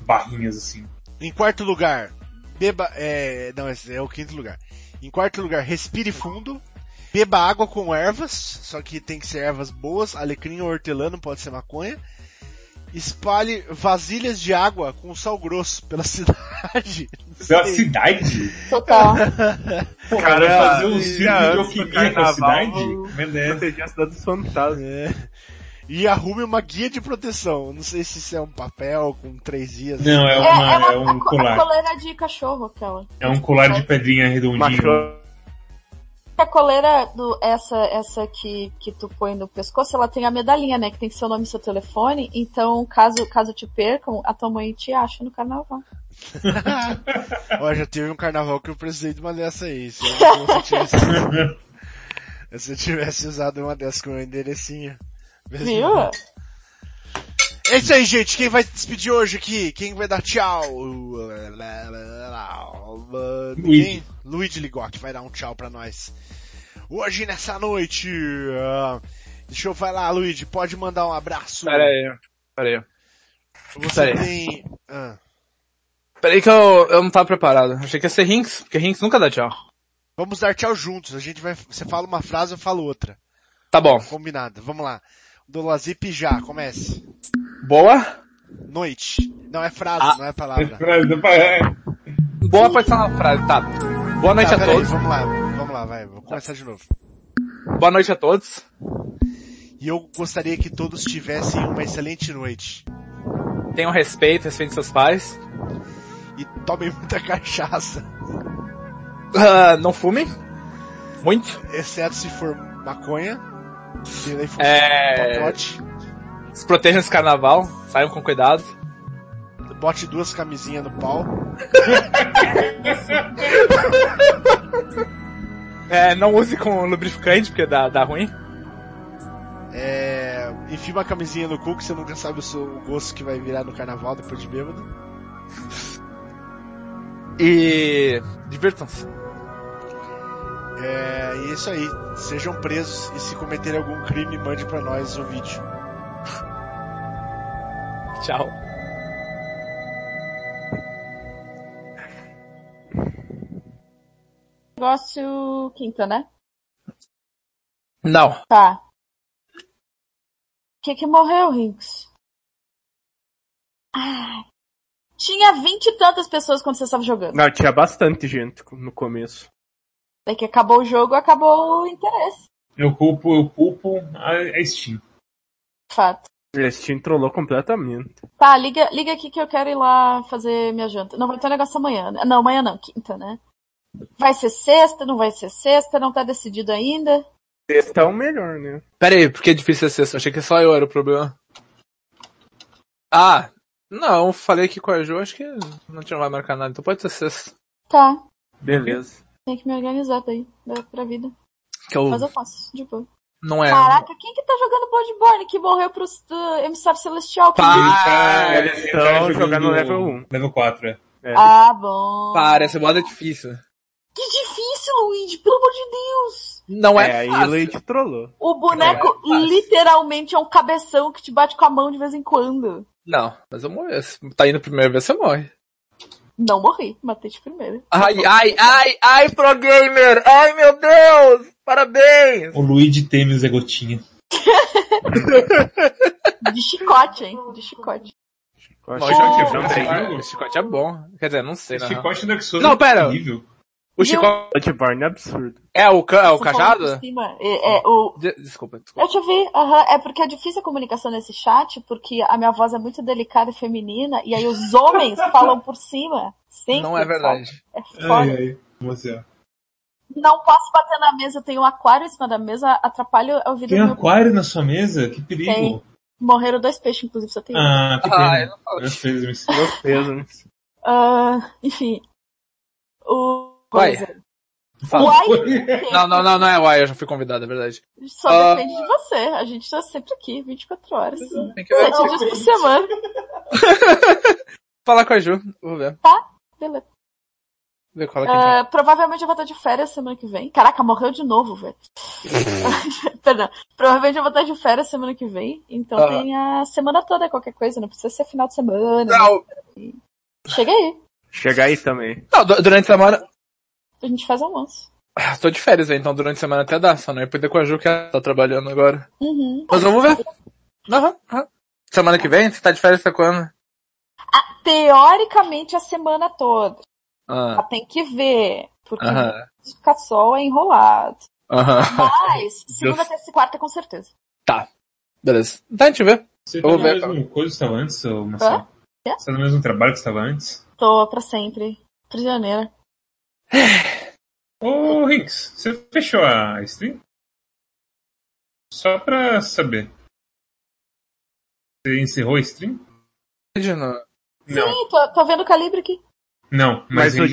barrinhas assim.
Em quarto lugar, beba. É, não, esse é o quinto lugar. Em quarto lugar, respire fundo. Beba água com ervas, só que tem que ser ervas boas, alecrim ou hortelã, não pode ser maconha. Espalhe vasilhas de água com sal grosso pela cidade.
Pela cidade?
Total.
Pô, cara,
Cara,
fazer um
e
circo de
É, antes do
alquimia com a
carnaval,
cidade?
vamos-
Beleza.
Proteger a cidade dos
né?
fantasmas.
É. E arrume uma guia de proteção. Não sei se isso é um papel com três dias.
Não, é,
É,
uma, é,
é uma-
um
a co- a
colar.
coleira de cachorro, aquela.
É um colar de pedrinha
Uma
redondinho.
cro-
A coleira do essa essa que que tu põe no pescoço, ela tem a medalhinha, né, que tem seu nome e seu telefone. Então, caso caso te percam, a tua mãe te acha no carnaval.
Ó, já teve um carnaval que eu precisei de uma dessa aí. Se eu, se eu tivesse, se eu tivesse usado uma dessa com o enderecinho. Mesmo.
Viu?
É isso aí, gente. Quem vai se despedir hoje aqui? Quem vai dar tchau? Ninguém? Luigi Ligoc vai dar um tchau pra nós. Hoje, nessa noite. ah, Deixa eu falar, Luigi. Pode mandar um abraço.
Pera aí. Pera aí.
Você
pera aí.
tem... ah,
Pera aí que eu, eu não tava preparado. Achei que ia ser Rinks, porque Rinks nunca dá tchau.
Vamos dar tchau juntos. A gente vai... Você fala uma frase, eu falo outra.
Tá bom.
Combinado. Vamos lá. Do Lazip já. Comece.
Boa.
Noite. Não é frase,
Ah.
não é palavra.
é,
Boa parte tá na frase, tá. Boa noite
Tá,
a
pera aí,
todos.
Vamos lá. Vamos lá, vai. Vou começar de novo.
Boa noite a todos.
E eu gostaria que todos tivessem uma excelente noite.
Tenham respeito, respeitem seus pais.
E tomem muita cachaça.
Ah, não fumem. Muito.
Exceto se for maconha. Se daí for
É.
um pacote.
Se protejam esse carnaval. Saiam com cuidado.
Bote duas camisinhas no pau.
É, não use com lubrificante, porque dá, dá ruim.
É, enfia uma camisinha no cu que você nunca sabe o, seu, o gosto que vai virar no carnaval depois de bêbado.
E... Divirtam-se.
É, e é isso aí. Sejam presos e se cometerem algum crime, mande pra nós o vídeo.
Tchau.
negócio quinta, né?
Não.
Tá. Que que morreu, Rinks? Ah, Tinha vinte e tantas pessoas quando você estava jogando.
Não, tinha bastante gente no começo.
Daí que acabou o jogo, acabou o interesse.
Eu culpo, eu culpo a a Steam.
de Fato.
A Steam trollou completamente.
Tá, liga, liga aqui que eu quero ir lá fazer minha janta. Não, vai ter um negócio amanhã. né? Não, amanhã não, quinta, né? Vai ser sexta, não vai ser sexta, não tá decidido ainda.
Esse é o melhor, né?
Pera aí, por que é difícil acesso? Achei que só eu era o problema. Ah, não, falei aqui com a Jo, acho que não tinha mais marcar nada, então pode ser sexta.
Tá,
Beleza.
tem que me organizar daí, da- pra vida.
Que eu,
Mas eu faço, de boa.
não é.
Caraca, quem que tá jogando Bloodborne que morreu pro uh, emissário celestial? Que
Pá!
lindo.
Ah,
eles estão jogando level 1.
Level 4, é.
É.
Ah,
Tá.
bom.
Para, essa moda é difícil.
Que difícil, Luigi, pelo amor de Deus.
Não
é,
é,
aí
fácil.
ele te trollou.
O boneco
fácil.
literalmente é um cabeção que te bate com a mão de vez em quando.
Não, mas eu morri. Se Tá indo a primeira vez, você morre.
Não morri, matei de primeira.
Ai, ai, ai, ai, pro gamer! Ai, meu Deus! Parabéns!
O Luigi Temes é gotinha.
De chicote, hein? De chicote.
Eu
Não,
acho
já
que um
tive,
não tem.
tem.
Esse chicote é bom. Quer dizer, não sei,
Esse
né?
chicote do Dark Souls
Não,
é
pera.
incrível.
O chicote
Bloodborne é absurdo.
é o, ca... é o
Você falou por
cajado?
cima. É, é, o...
De- Desculpa, desculpa.
Eu te vi, aham. é porque é difícil a comunicação nesse chat, porque a minha voz é muito delicada e feminina, e aí os homens falam por cima. Sempre
Não é verdade.
falam. É foda.
ai. Você, ó.
Não posso bater na mesa, eu tenho um aquário em cima da mesa, atrapalha o ouvido
Tem
do
um
meu.
aquário na sua mesa? Que perigo.
Morreram dois peixes, inclusive, só tem um.
Ah, que
Ah, eu
pena.
não falo
Eu
disso.
fiz isso.
Peso, né?
Ah, enfim. O.
Vai.
coisa.
Fala.
Uai,
Não, não, não, não é uai, eu já fui convidado, é verdade.
Só
Ah.
depende de você. A gente tá sempre aqui, 24 horas.
Tem que
Sete dias por semana.
falar com a Ju, vou ver.
Beleza.
Ver qual é que
Ah, provavelmente eu vou estar de férias semana que vem. Caraca, morreu de novo, velho. Perdão. Provavelmente eu vou estar de férias semana que vem. Então
Ah.
tem a semana toda, qualquer coisa. Não precisa ser final de semana.
Não, Ah.
Chega aí.
Chega aí também.
não, du- durante a semana.
A gente faz almoço.
Ah, Tô de férias, velho, então durante a semana até dá, só não ia poder com a Ju que ela tá trabalhando agora.
Uhum.
Mas vamos ver. Aham, aham. Semana que vem? Você tá de férias até quando?
Teoricamente a semana toda. Ah,
Ah,
tem que ver. Porque
aham,
se ficar sol é enrolado.
aham.
Mas, segunda, terça e quarta com certeza.
Beleza. Tá, a gente vê.
Você
Eu vou
tá na
ver,
mesma coisa que estava antes, ô Marcelo?
Hã?
Você tá no mesmo trabalho que estava antes?
Tô pra sempre. Prisioneira.
Ô, Rix, você fechou a stream? Só pra saber. Você encerrou a stream?
De novo.
Não.
Sim, tô, tô vendo o calibre aqui.
Não, mas,
Mas,
mas
hoje